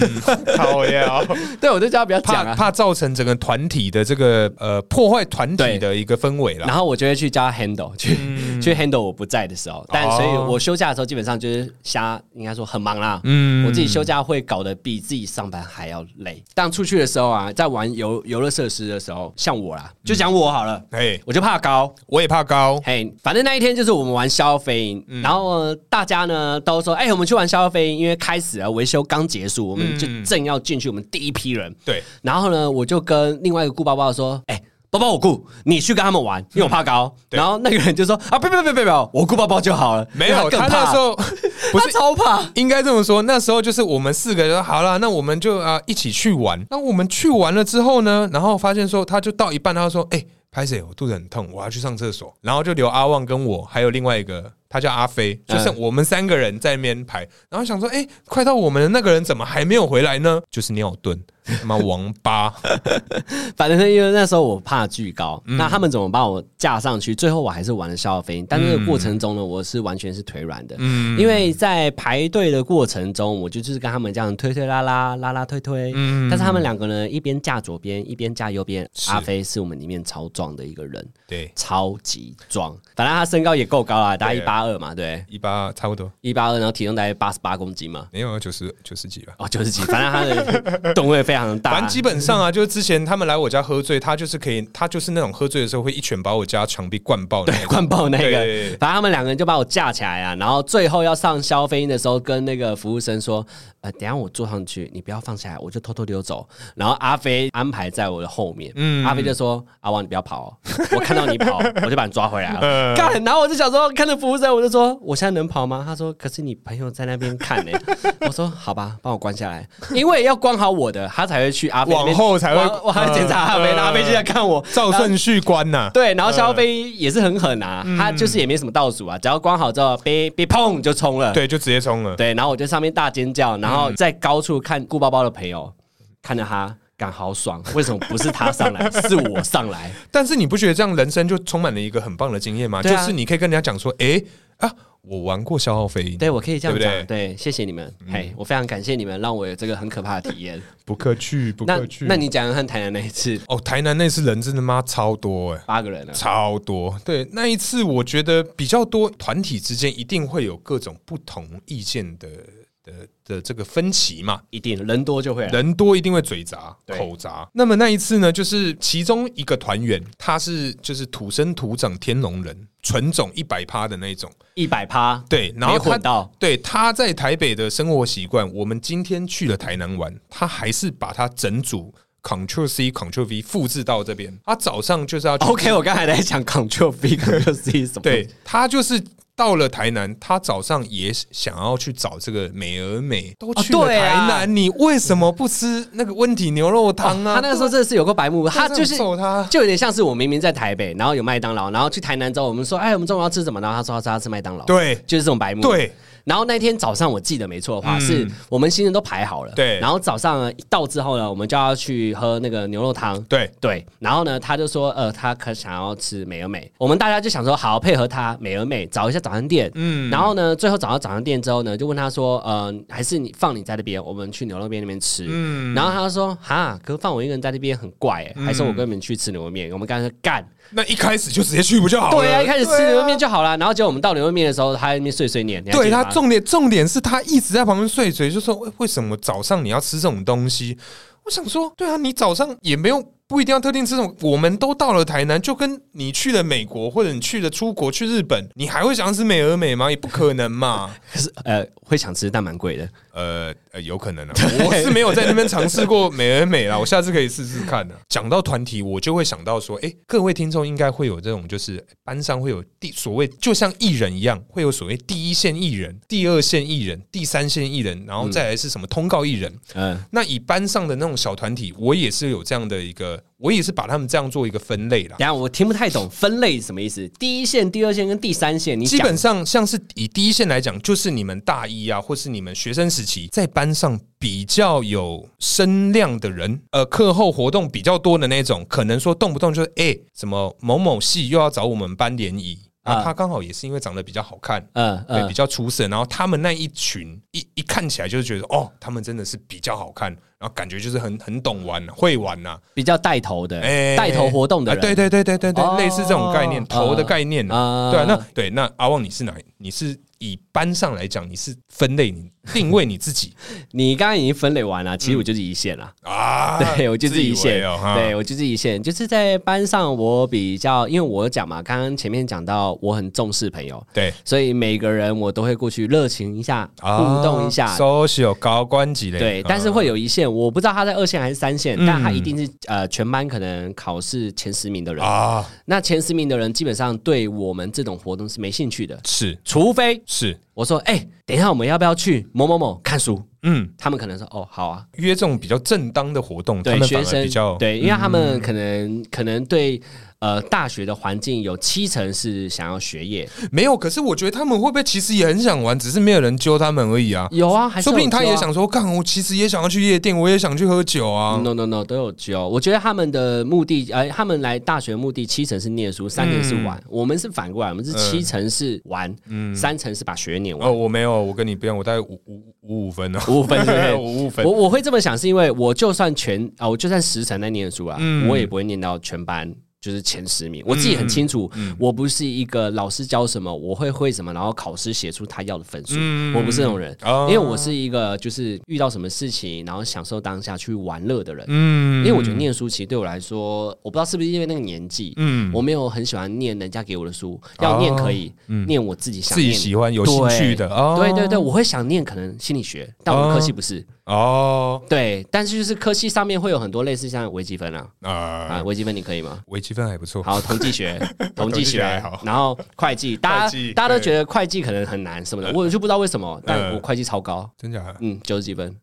S2: 讨厌
S1: [LAUGHS]
S2: 哦，
S1: 对我就叫他不要讲
S2: 怕
S1: 啊。
S2: 怕造成整个团体的这个呃破坏团体
S1: 对
S2: 的一个氛围啦。
S1: 然后我就会去教他 handle，去、
S2: 嗯
S1: 去 handle 我不在的时候，但
S2: 哦
S1: 所以我休假的时候基本上就是瞎，应该说很忙啦，
S2: 嗯
S1: 我自己休假会搞得比自己上班还要累。但出去的时候啊，在玩游游乐设施的时候，像我啦，就讲我好了，
S2: 哎，
S1: 我就怕高。
S2: 我也怕高，
S1: 嘿，反正那一天就是我们玩消费营，
S2: 嗯
S1: 然后呃大家呢都说，哎、我们去玩消费营，因为开始啊维修刚结束，我们就
S2: 嗯
S1: 正要进去，我们第一批人。
S2: 对，
S1: 然后呢，我就跟另外一个顾包包说，哎、包包我顾，你去跟他们玩，因为我怕高。
S2: 嗯对
S1: 然后那个人就说啊，别别别别别，我顾包包就好了。
S2: [LAUGHS] 没
S1: 因
S2: 有
S1: 为更
S2: 他
S1: 怕，
S2: 那时候不
S1: 他
S2: 是
S1: 超怕。
S2: 应该这么说，那时候就是我们四个人说好了，那我们就啊、一起去玩。那我们去玩了之后呢，然后发现说他就到一半，他就说：“哎、拍谁？我肚子很痛，我要去上厕所。”然后就留阿旺跟我，还有另外一个，他叫阿飞，就剩我们三个人在那边排。然后想说：“哎、快到我们的那个人怎么还没有回来呢？”就是尿遁，他妈王八！
S1: 反正因为那时候我怕巨高，
S2: 嗯
S1: 那他们怎么把我架上去？最后我还是玩了消费，但那个过程中呢，我是完全是腿软的，
S2: 嗯
S1: 因为在排队的过程中，我就就是跟他们这样推推拉拉，拉拉推推。
S2: 嗯
S1: 但是他们两个呢，一边架左边，一边架右边。
S2: 是
S1: 阿飞是我们里面超壮的一个人，
S2: 对
S1: 超级壮。反正他身高也够高啊啦，大概一
S2: 对
S1: 八二嘛，对，
S2: 一八差不多
S1: 一八二，然后体重大概八十八公斤嘛，
S2: 没有九十九十几吧。
S1: 哦，九十几，反正他的吨位非常
S2: [LAUGHS]
S1: 大。
S2: 反正基本上啊，就是之前他们来我家喝醉，他就是可以，他就是那种喝醉的时候会一拳把我家墙壁灌爆的那
S1: 对，
S2: 种。
S1: 灌爆那
S2: 对
S1: 个
S2: 对对，
S1: 反正他们两个人就把我架起来啊，然后最后要上消费的时候，跟那个服务生说：“哎、呃，等一下我坐上去，你不要放下来，我就偷偷溜走。然后阿飞安排在我的后面，
S2: 嗯
S1: 阿飞就说：“阿旺，你不要跑哦、我看到你
S2: [LAUGHS]
S1: 跑，我就把你抓回来了。”
S2: 呃
S1: 干，然后我就想说，看着服务生，我就说：“我现在能跑吗？”他说：“可是你朋友在那边看呢、 [LAUGHS] 我说：“好吧，帮我关下来，因为要关好我的，他才会去阿飞那边
S2: 往后才会
S1: 往我还会检查阿飞，
S2: 呃
S1: 然后阿飞就在看我，
S2: 照顺序关呐、
S1: [LAUGHS] 对，然后肖飞也是很狠啊，他就是也没什么倒数啊，只要关好之后，别别砰就冲了。
S2: 对，就直接冲了。
S1: 对，然后我就上面大尖叫，然后在高处看顾包包的朋友，看着他感好爽，为什么不是他上来，是我上来？
S2: 但是你不觉得这样人生就充满了一个很棒的经验吗？
S1: 对啊
S2: 就是你可以跟人家讲说，哎、啊，我玩过消耗
S1: [LAUGHS]
S2: 飞，
S1: 对，我可以这样
S2: 对不
S1: 讲，嗯对，谢谢你们，嘿，我非常感谢你们，让我有这个很可怕的体验。
S2: 不客气，不
S1: 那
S2: 客气。
S1: 那你讲看台南那一次
S2: 哦，台南那次人真的妈超多哎、
S1: 八个人了，啊
S2: 超多。对，那一次我觉得比较多，团体之间一定会有各种不同意见的的的这个分歧嘛。
S1: 一定人多就会来
S2: 人多一定会嘴杂、
S1: 对
S2: 口杂。那么那一次呢，就是其中一个团员，他是就是土生土长天龙人，纯种一百趴的那种。
S1: 一百趴，
S2: 对，然后
S1: 没
S2: 他
S1: 混到
S2: 对他在台北的生活习惯，我们今天去了台南玩，他还是把他整组 Ctrl C Ctrl V 复制到这边。他早上就是要去
S1: OK，我刚才在讲 Ctrl V Ctrl C 什么？
S2: 对他就是到了台南，他早上也想要去找这个美而美，都去了
S1: 对
S2: 台
S1: 啊
S2: 南，你为什么不吃那个温体牛肉汤啊？
S1: 哦他那个时候真的是有个白目，他就是
S2: 揍他。
S1: 就有点像是我明明在台北，然后有麦当劳，然后去台南之后，我们说，哎，我们中午要吃什么？然后他说他要吃麦当劳，，
S2: 对
S1: 就是这种白目。。
S2: 对，嗯
S1: 然后那天早上我记得没错的话，是我们新人都排好了，
S2: 对
S1: 然后早上呢一到之后呢，我们就要去喝那个牛肉汤。
S2: 对，
S1: 对，然后呢，他就说，呃，他可想要吃美而美，我们大家就想说，好配合他美而美，找一下早餐店，嗯，然后呢，最后找到早餐店之后呢，就问他说，呃，还是你放你在那边，我们去牛肉面那边吃，嗯，然后他就说，哈，可是放我一个人在那边很怪、欸，
S2: 嗯
S1: 还是我跟你们去吃牛肉面，我们刚才说干，
S2: 那一开始就直接去不就好了？
S1: 对啊，一开始吃
S2: 对啊
S1: 牛肉面就好了，然后结果我们到牛肉面的时候，他在那边碎碎念，你还
S2: 对
S1: 记得
S2: 他
S1: 吗
S2: 重点重点是他一直在旁边碎嘴，就说为为什么早上你要吃这种东西？我想说，对啊，你早上也没有不一定要特定吃这种，我们都到了台南，就跟你去了美国或者你去了出国去日本，你还会想吃美而美吗？也不可能嘛。
S1: 可是呃会想吃，但蛮贵的，
S2: 呃呃，有可能啊，我是没有在那边尝试过美而美啦，我下次可以试试看的、啊讲到团体，我就会想到说，哎、各位听众应该会有这种，就是班上会有第所谓，就像艺人一样，会有所谓第一线艺人、第二线艺人、第三线艺人，然后再来是什么通告艺人。
S1: 嗯，
S2: 那以班上的那种小团体，我也是有这样的一个，我也是把他们这样做一个分类啦。
S1: 等一下我听不太懂分类是什么意思，第一线、第二线跟第三线，你
S2: 基
S1: 讲
S2: 本上像是以第一线来讲，就是你们大一啊，或是你们学生时期在班上比较有声量的人，呃，课后活动比较多的那种，可能说动不动就是哎、欸什么某某系又要找我们班联谊啊，
S1: 啊
S2: 他刚好也是因为长得比较好看。
S1: 嗯
S2: 对，
S1: 嗯
S2: 比，较出色，然后他们那一群一一看起来就是觉得哦，他们真的是比较好看，然后感觉就是很很懂玩、会玩啊呐、
S1: 比较带头的，
S2: 哎
S1: 带头活动的
S2: 啊
S1: 人，
S2: 对对对对对对，
S1: 哦
S2: 类似这种概念，头的概念啊，
S1: 啊
S2: 对啊，那对那阿旺你是哪？你是以班上来讲，你是分类你定位你
S1: [LAUGHS]
S2: 自己
S1: 你刚刚已经分类完了，其实我就是一线啦。
S2: 嗯啊？
S1: 对，我就是一
S2: 自以
S1: 线
S2: 为哦，哈
S1: 对我就是一线，就是在班上我比较，因为我有讲嘛，刚刚前面讲到我很重视朋友，
S2: 对
S1: 所以每个人我都会过去热情一下，
S2: 啊
S1: 互动一下，
S2: ，social 高官级类，
S1: 对，
S2: 啊嗯
S1: 但是会有一线，我不知道他在二线还是三线，但他一定是呃全班可能考试前十名的人，
S2: 啊，
S1: 那前十名的人基本上对我们这种活动是没兴趣的，
S2: 是
S1: 除非
S2: 是，
S1: 我说，哎、等一下我们要不要去某某某看书？
S2: 嗯，
S1: 他们可能说，哦，好啊，
S2: 约这种比较正当的活动，他
S1: 对
S2: 们反
S1: 学
S2: 而
S1: 生
S2: 比较嗯
S1: 对，因为他们可能、可能对呃大学的环境有七成是想要学业，
S2: 没有。可是我觉得他们会不会其实也很想玩，只是没有人揪他们而已啊？
S1: 有啊，还是
S2: 说
S1: 有
S2: 不定他
S1: 揪啊
S2: 也。想说，干，我其实也想要去夜店，我也想去喝酒啊。
S1: No no no，都有揪。我觉得他们的目的，呃，他们来大学的目的七成是念书，三成是
S2: 嗯
S1: 玩。我们是反过来，我们是七成是玩，三成是把学念完
S2: 哦，。我没有，我跟你不一样，我大概五五五五分哦，
S1: 五分是不是
S2: [LAUGHS] 五五分
S1: 我。我
S2: 嗯
S1: 会这么想，是因为我就算全啊、我就算十成在念书啊，我也不会念到全班就是前十名。我自己很清楚，
S2: 嗯
S1: 我不是一个老师教什么我会会什么，然后考试写出他要的分数，我不是那种人，
S2: 嗯哦
S1: 因为我是一个就是遇到什么事情，然后享受当下去玩乐的人。
S2: 嗯
S1: 因为我觉得念书其实对我来说，我不知道是不是因为那个年纪，
S2: 嗯哦
S1: 我没有很喜欢念人家给我的书，要念可以，念我自己想
S2: 嗯自己
S1: 念
S2: 喜欢有兴趣的哦，
S1: 对对对，我会想念可能心理学，但我们科系不是。
S2: 哦
S1: 对，但是就是科系上面会有很多类似像微积分啊，
S2: 啊，
S1: 啊，微积分你可以吗？
S2: 微积分还不错，
S1: 好，统计
S2: [LAUGHS]
S1: 学，统计
S2: 计学
S1: 学
S2: 还好，
S1: 然后会计，大
S2: 会计
S1: 家大家都
S2: 对
S1: 觉得会计可能很难什么的，我就不知道为什么，但
S2: 嗯
S1: 我会计超高，
S2: 真假的？
S1: 嗯，九十几分，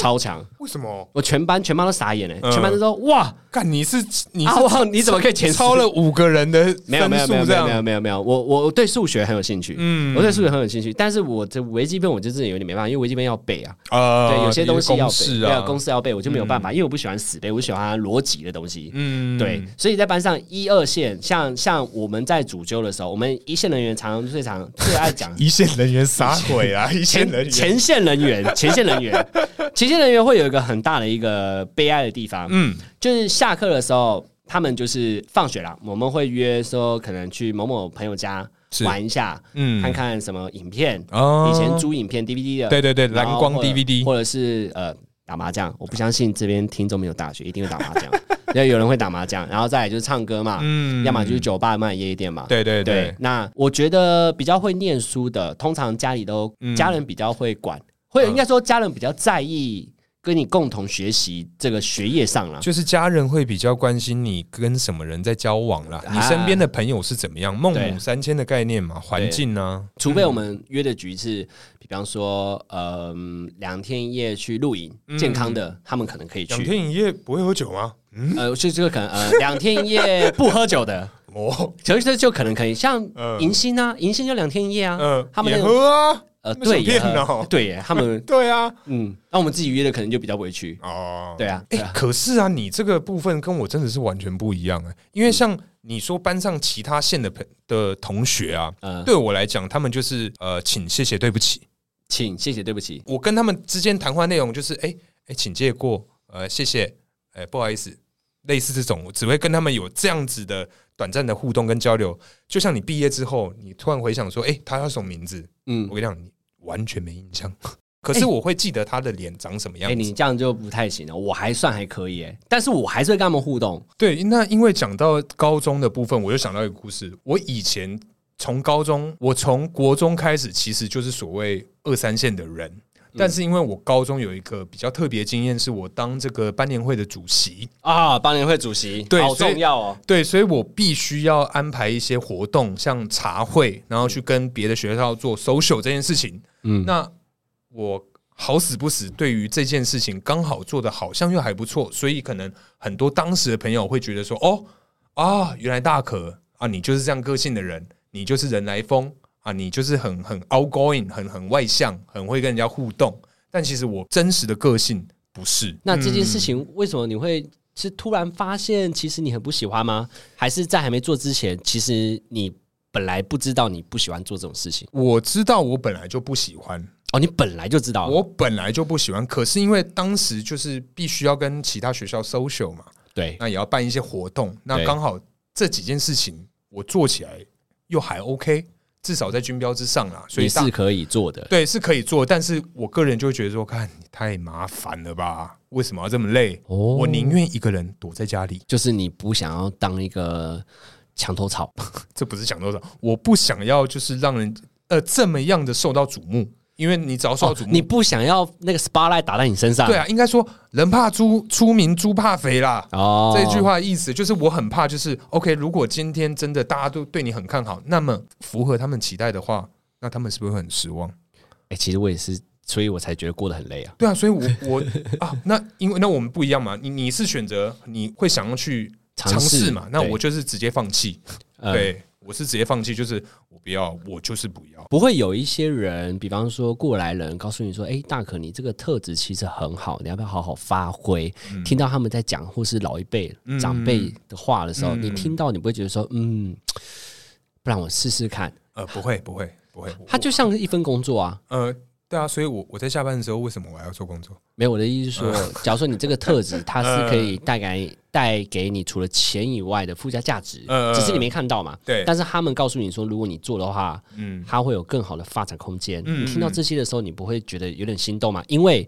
S1: 超强，
S2: 为什么？
S1: 我全班全班都傻眼了，
S2: 嗯
S1: 全班都说哇，
S2: 干你是你
S1: 阿旺你怎么可以前
S2: 是
S1: 十
S2: 超了五个人的
S1: [LAUGHS] 没有没
S2: 分
S1: 有
S2: 数
S1: 没有
S2: 这
S1: 没有没有
S2: 样？
S1: 没有没有，我我我对数学很有兴趣，
S2: 嗯
S1: 我对数学很有兴趣，但是我这微积分我就真的有点没办法，因为微积分要背啊，
S2: 啊
S1: 对，有些东西要
S2: 公
S1: 背，
S2: 式
S1: 对啊，
S2: 啊，
S1: 公式要背，我就没有办法，因为我不喜欢死背，我喜欢逻辑的东西。
S2: 嗯
S1: 对，所以在班上一二线，像像我们在主修的时候，我们一线人员常常最常最爱讲
S2: [LAUGHS] 一线人员撒鬼啊，一线人
S1: 前前
S2: 员，
S1: 线人
S2: [LAUGHS]
S1: 员，前线人员，前线人员会有一个很大的一个悲哀的地方，
S2: 嗯
S1: 就是下课的时候，他们就是放学了，我们会约说可能去某某朋友家
S2: 是
S1: 玩一下，
S2: 嗯
S1: 看看什么影片，
S2: 哦
S1: 以前租影片 DVD 的，
S2: 对对对，蓝
S1: 然后
S2: 光
S1: 或者
S2: DVD
S1: 或者是呃打麻将，我不相信这边听众没有大学，一定会打麻将， [LAUGHS] 因为有人会打麻将，然后再来就是唱歌嘛，
S2: 嗯
S1: 要么就是酒吧，要么夜店嘛。
S2: 对对对，
S1: 那我觉得比较会念书的，通常家里都、
S2: 嗯
S1: 家人比较会管，会应该说家人比较在意跟你共同学习这个学业上了。
S2: 就是家人会比较关心你跟什么人在交往啦，
S1: 啊
S2: 你身边的朋友是怎么样，孟母
S1: 对
S2: 三迁的概念嘛，环境啊呢？
S1: 除非我们约的局是，比方说，嗯、两天一夜去露营，健康的，他们可能可以
S2: 嗯两
S1: 去。
S2: 天一夜不会喝酒吗？
S1: 呃，就这个可能，呃，两天一夜不喝酒的，
S2: 哦，
S1: 其实就可能可以，像
S2: 嗯
S1: 迎新啊，迎新就两天一夜啊，
S2: 嗯，
S1: 他们
S2: 也
S1: 那种
S2: 喝啊，
S1: 呃，
S2: 那小
S1: 对耶，
S2: 店哦
S1: 呃对耶，他们
S2: 对啊，
S1: 嗯，那我们自己约的可能就比较委屈，
S2: 哦，
S1: 对啊，
S2: 哎、
S1: 对啊
S2: 可是啊，你这个部分跟我真的是完全不一样哎、因为像你说班上其他县的朋的同学啊，
S1: 呃，
S2: 对我来讲，他们就是呃，请谢谢对不起，
S1: 请谢谢对不起，
S2: 我跟他们之间谈话内容就是哎哎、请借过，呃，谢谢，哎、不好意思，类似这种，我只会跟他们有这样子的短暂的互动跟交流。就像你毕业之后，你突然回想说，哎、他叫什么名字？
S1: 嗯
S2: 我，跟你讲，你完全没印象。可是我会记得他的脸长什么样
S1: 哎、
S2: 子。
S1: 你这样就不太行了，我还算还可以，哎，但是我还是会跟他们互动，
S2: 对，那因为讲到高中的部分，我就想到一个故事。我以前从高中，我从国中开始，其实就是所谓二三线的人。但是因为我高中有一个比较特别的经验，是我当这个班年会的主席，
S1: 啊，帮年会主席，
S2: 对
S1: 好
S2: 所以
S1: 重要哦，
S2: 对，所以我必须要安排一些活动，像茶会，然后去跟别的学校做 social 这件事情。嗯，那我好死不死，对于这件事情刚好做的好像又还不错，所以可能很多当时的朋友会觉得说：“哦啊，原来大可啊，你就是这样个性的人，你就是人来疯啊，你就是很很 outgoing，很很外向，很会跟人家互动。”但其实我真实的个性不是。
S1: 那这件事情为什么你会是突然发现其实你很不喜欢吗？还是在还没做之前，其实你本来不知道你不喜欢做这种事情？
S2: 我知道我本来就不喜欢，
S1: 哦，你本来就知道，
S2: 我本来就不喜欢，可是因为当时就是必须要跟其他学校 social 嘛，
S1: 对，
S2: 那也要办一些活动，那
S1: 对
S2: 刚好这几件事情我做起来又还 OK，至少在军标之上啦，所以
S1: 你
S2: 大
S1: 是可以做的。
S2: 对是可以做，但是我个人就会觉得说，看你太麻烦了吧，为什么要这么累？
S1: 哦
S2: 我宁愿一个人躲在家里，
S1: 就是你不想要当一个墙头草，
S2: 这不是讲多少，我不想要就是让人呃这么样的受到瞩目，因为你只要受到瞩
S1: 哦
S2: 目，
S1: 你不想要那个 spotlight 打在你身上。
S2: 对啊，应该说人怕猪出名，猪怕肥啦。
S1: 哦，
S2: 这句话意思就是我很怕，就是 OK，如果今天真的大家都对你很看好，那么符合他们期待的话，那他们是不是会很失望？
S1: 哎、其实我也是，所以我才觉得过得很累啊。
S2: 对啊，所
S1: [LAUGHS]
S2: 以我我啊，那因为那我们不一样嘛，你你是选择你会想要去尝
S1: 尝试
S2: 试嘛，那
S1: 对
S2: 我就是直接放弃，
S1: 呃，
S2: 对我是直接放弃，就是我不要，我就是不要。
S1: 不会有一些人，比方说过来人，告诉你说：“哎、大可，你这个特质其实很好，你要不要好好发挥？”
S2: 嗯
S1: 听到他们在讲，或是老一辈、长辈的话的时
S2: 嗯
S1: 候，你听到你不会觉得说：“嗯，不然我试试看。
S2: 呃，不会不会不会，”
S1: 它就像是一份工作啊，
S2: 呃，对啊，所以我我在下班的时候，为什么我还要做工作？
S1: 没有，我的意思是说，
S2: 嗯
S1: 假如说你这个特
S2: [LAUGHS]
S1: 质，它是可以带给带给你除了钱以外的附加价值
S2: 嗯，
S1: 只是你没看到嘛。
S2: 对
S1: 但是他们告诉你说，如果你做的话，
S2: 嗯，
S1: 它会有更好的发展空间。
S2: 嗯
S1: 你听到这些的时候，你不会觉得有点心动吗？因为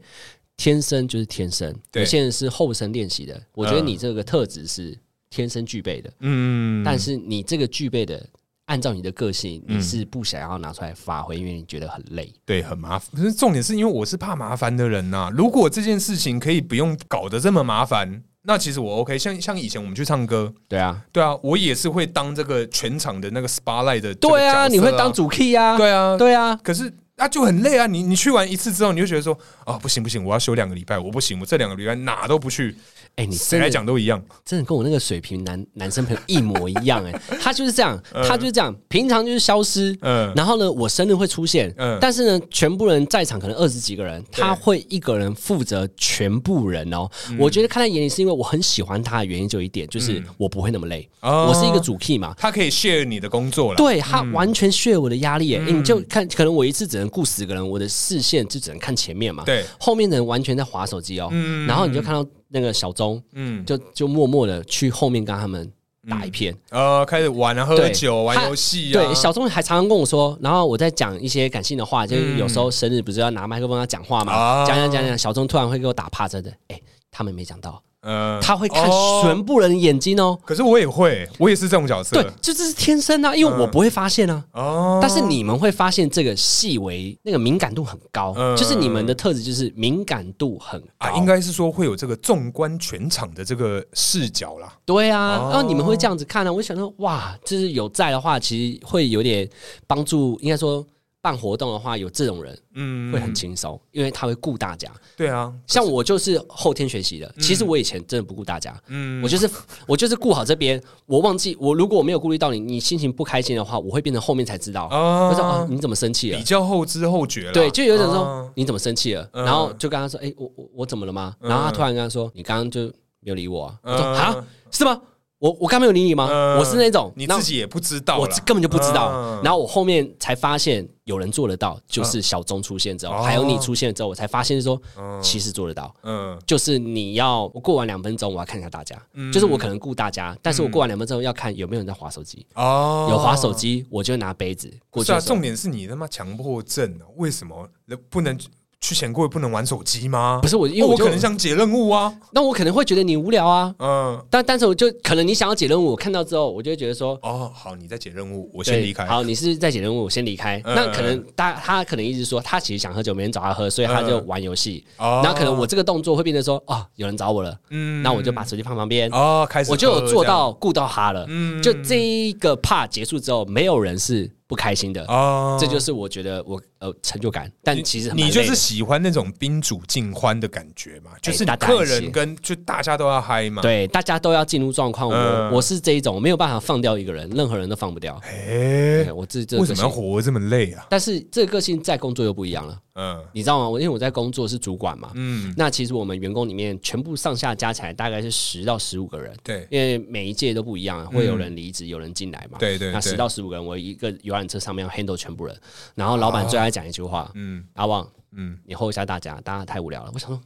S1: 天生就是天生，
S2: 对
S1: 有些人是后生练习的。我觉得
S2: 嗯
S1: 你这个特质是天生具备的，
S2: 嗯，
S1: 但是你这个具备的，按照你的个性，你是不想要拿出来发挥，因为你觉得很累。
S2: 对，很麻烦。可是重点是因为我是怕麻烦的人呐、如果这件事情可以不用搞得这么麻烦，那其实我 OK 像。像以前我们去唱歌，
S1: 对啊，
S2: 对啊，我也是会当这个全场的那个 spotlight 的这个
S1: 对
S2: 角色
S1: 啊，你会当主 key 啊，
S2: 对啊，
S1: 对啊，
S2: 可是啊就很累啊。你你去完一次之后，你就觉得说啊不行不行，我要休两个礼拜，我不行，我这两个礼拜哪都不去，
S1: 哎，你
S2: 谁
S1: 真
S2: 来
S1: 的
S2: 讲都一样。
S1: 真的跟我那个水瓶男男生朋友一模一样
S2: [LAUGHS]
S1: 哎、他就是这样，他就是这样，平常就是消失，
S2: 嗯
S1: 然后呢，我生日会出现，
S2: 嗯
S1: 但是呢，全部人在场可能二十几个人，他会一个人负责全部人哦。
S2: 嗯
S1: 我觉得看在眼里，是因为我很喜欢他的原因就有一点，就是我不会那么累，
S2: 哦嗯
S1: 我是一个主 key 嘛。
S2: 他可以 share 你的工作了。
S1: 对他完全削我的压力耶、
S2: 嗯
S1: 哎你就看，可能我一次只能顾十个人，我的视线就只能看前面嘛，
S2: 对
S1: 后面的人完全在划手机哦，
S2: 嗯
S1: 然后你就看到那个小钟，
S2: 嗯
S1: 就就默默的去后面跟他们打一片。
S2: 呃，开始玩啊，喝
S1: 对
S2: 酒、玩
S1: 他
S2: 游戏啊，
S1: 对，小钟还常常跟我说，然后我在讲一些感性的话，就是有时候生日不是要拿麦克风要讲话
S2: 啊
S1: 嘛，讲讲讲讲，小钟突然会给我打趴着的，哎、他们没讲到，
S2: 呃
S1: 他会看
S2: 哦
S1: 全部人的眼睛哦，
S2: 可是我也会，我也是这种角色。
S1: 对，这这是天生啊，因为我不会发现啊。
S2: 嗯哦，
S1: 但是你们会发现，这个细微那个敏感度很高，
S2: 嗯
S1: 就是你们的特质就是敏感度很高。
S2: 啊，应该是说会有这个纵观全场的这个视角啦。
S1: 对啊，
S2: 哦
S1: 然后你们会这样子看呢、啊？我就想说，哇，就是有在的话，其实会有点帮助。应该说，办活动的话，有这种人
S2: 嗯
S1: 会很轻松，因为他会顾大家。
S2: 对啊，
S1: 像我就是后天学习的，其实我以前真的不顾大家，
S2: 嗯
S1: 我就是我就是顾好这边，我忘记我如果我没有顾虑到你，你心情不开心的话，我会变成后面才知道。我说啊
S2: 啊，，
S1: 你怎么生气了
S2: 比？较后知后觉啦。
S1: 对，就有一种
S2: 啊
S1: 说你怎么生气了，
S2: 嗯
S1: 然后就跟他说，哎，我我我怎么了吗？然后他突然跟他说，你刚刚就没有理我啊。我说
S2: 嗯
S1: 啊，是吗？我我刚没有理你吗？
S2: 嗯
S1: 我是那种
S2: 你
S1: 然后
S2: 自己也不知道啦，
S1: 我根本就不知道
S2: 嗯。
S1: 然后我后面才发现有人做得到，就是小钟出现之后，
S2: 哦
S1: 还有你出现之后，我才发现说
S2: 嗯
S1: 其实做得到。
S2: 嗯
S1: 就是你要我过完两分钟，我要看一下大家，就是我可能顾大家，但是我过完两分钟要看有没有人在划手机，
S2: 哦，
S1: 有划手机我就拿杯子过
S2: 不
S1: 去
S2: 是啊，
S1: 的时候。
S2: 重点是你他妈强迫症啊！为什么不能去钱柜不能玩手机吗？
S1: 不是我，因为
S2: 哦
S1: 我
S2: 我
S1: 就
S2: 可能想解任务啊，
S1: 那我可能会觉得你无聊啊，
S2: 嗯。
S1: 但但是我就可能你想要解任务，我看到之后，我就会觉得说，
S2: 哦，好，你在解任务，我
S1: 我
S2: 先离开。
S1: 好，你是在解任务，我先离开。
S2: 嗯
S1: 那可能他他可能一直说他其实想喝酒，没人找他喝，所以他就玩游戏。
S2: 哦
S1: 然后可能我这个动作会变成说，哦，有人找我了，
S2: 嗯
S1: 那我就把手机放旁边，
S2: 哦，开始
S1: 我就有
S2: 喝
S1: 做
S2: 这样
S1: 到顾到他了。
S2: 嗯
S1: 就这一个 part 结束之后，没有人是不开心的。
S2: 哦，
S1: 这就是我觉得我呃成就感，但其实很
S2: 你
S1: 蛮
S2: 就
S1: 累的
S2: 是喜欢那种宾主尽欢的感觉嘛，就是你
S1: 大家
S2: 客
S1: 一
S2: 人
S1: 起
S2: 跟就大家都要嗨嘛。，
S1: 对大家都要进入状况。我
S2: 嗯
S1: 我是这一种，我没有办法放掉一个人，任何人都放不掉。
S2: 哎
S1: 对，我自己这个
S2: 为
S1: 个
S2: 什么
S1: 性
S2: 要活这么累啊？
S1: 但是这个个性在工作又不一样了，
S2: 嗯
S1: 你知道吗？我因为我在工作是主管嘛，
S2: 嗯，
S1: 那其实我们员工里面全部上下加起来大概是十到十五个人，
S2: 对
S1: 因为每一届都不一样，啊会有人离职，有人进来嘛。
S2: 嗯对对
S1: 那
S2: 对
S1: 十到十五个人，我一个游览车上面要 handle 全部人，然后老板最爱讲一句话：
S2: 嗯
S1: 阿旺，
S2: 嗯，
S1: 你 hold 一下大家，大家太无聊了。我想说，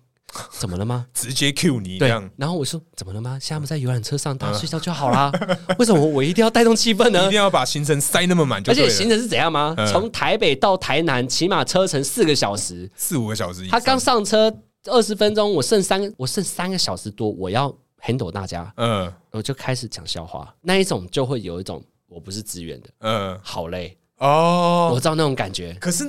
S1: 怎么了吗？
S2: 直接 Q 你这
S1: 对
S2: 样，，嗯
S1: 然后我说怎么了吗？现在我们在游览车上，大家睡觉就好啦。 [LAUGHS] 为什么我一定要带动气氛
S2: [LAUGHS] 一
S1: 呢
S2: 定？要把行程塞那么满就
S1: 而
S2: 对
S1: 且
S2: 了，
S1: 行程是怎样吗
S2: 嗯？
S1: 从台北到台南，起码车程四个小时，
S2: 四五个小时以上，
S1: 他刚上车二十分钟，我剩三，我剩三个小时多，我要 handle 大家，
S2: 嗯
S1: 我就开始讲笑话，那一种就会有一种我不是自愿的，
S2: 嗯
S1: 好累，我
S2: 哦，
S1: 知道那种感觉，
S2: 可是